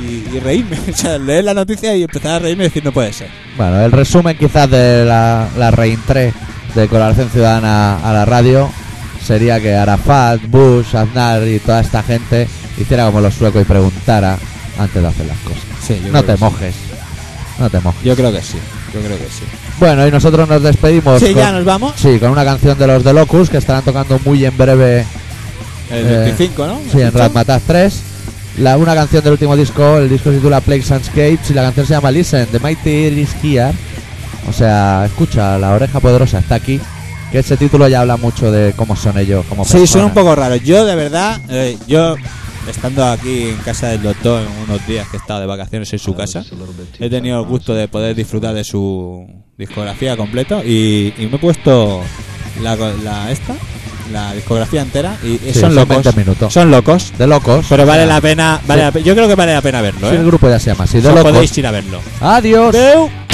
[SPEAKER 1] y, y reírme. O sea, leer la noticia y empezar a reírme y decir, no puede ser.
[SPEAKER 2] Bueno, el resumen quizás de la, la Rein 3 de Colaboración Ciudadana a la radio sería que Arafat, Bush, Aznar y toda esta gente hiciera como los suecos y preguntara antes de hacer las cosas.
[SPEAKER 1] Sí, yo creo
[SPEAKER 2] no te
[SPEAKER 1] que sí.
[SPEAKER 2] mojes. No te mojes.
[SPEAKER 1] Yo creo que sí, yo creo que sí.
[SPEAKER 2] Bueno, y nosotros nos despedimos.
[SPEAKER 1] Sí,
[SPEAKER 2] con,
[SPEAKER 1] ya nos vamos.
[SPEAKER 2] sí, con una canción de los de Locus que estarán tocando muy en breve
[SPEAKER 1] El
[SPEAKER 2] Eh,
[SPEAKER 1] 25, ¿no?
[SPEAKER 2] sí, en
[SPEAKER 1] ¿Escuchamos?
[SPEAKER 2] Ratmatas 3. La, una canción del último disco, el disco se titula Plagues and Scapes y la canción se llama Listen, The Mighty Ear is Here. O sea, escucha, la oreja poderosa está aquí. Que ese título ya habla mucho de cómo son ellos, como
[SPEAKER 1] Sí, son un poco raros. Yo, de verdad, eh, yo estando aquí en casa del doctor en unos días que he estado de vacaciones en su casa, he tenido el gusto de poder disfrutar de su discografía completa y, y me he puesto la, la esta, la discografía entera y y son
[SPEAKER 2] Sí, son
[SPEAKER 1] locos.
[SPEAKER 2] 20 minutos.
[SPEAKER 1] Son locos,
[SPEAKER 2] de locos.
[SPEAKER 1] pero
[SPEAKER 2] o
[SPEAKER 1] vale
[SPEAKER 2] sea,
[SPEAKER 1] la pena, vale
[SPEAKER 2] sí.
[SPEAKER 1] la pe- yo creo que vale la pena verlo,
[SPEAKER 2] sí, el
[SPEAKER 1] ¿eh?
[SPEAKER 2] grupo ya se llama así, de
[SPEAKER 1] O sea,
[SPEAKER 2] locos.
[SPEAKER 1] podéis ir a verlo.
[SPEAKER 2] Adiós.
[SPEAKER 1] Adeu.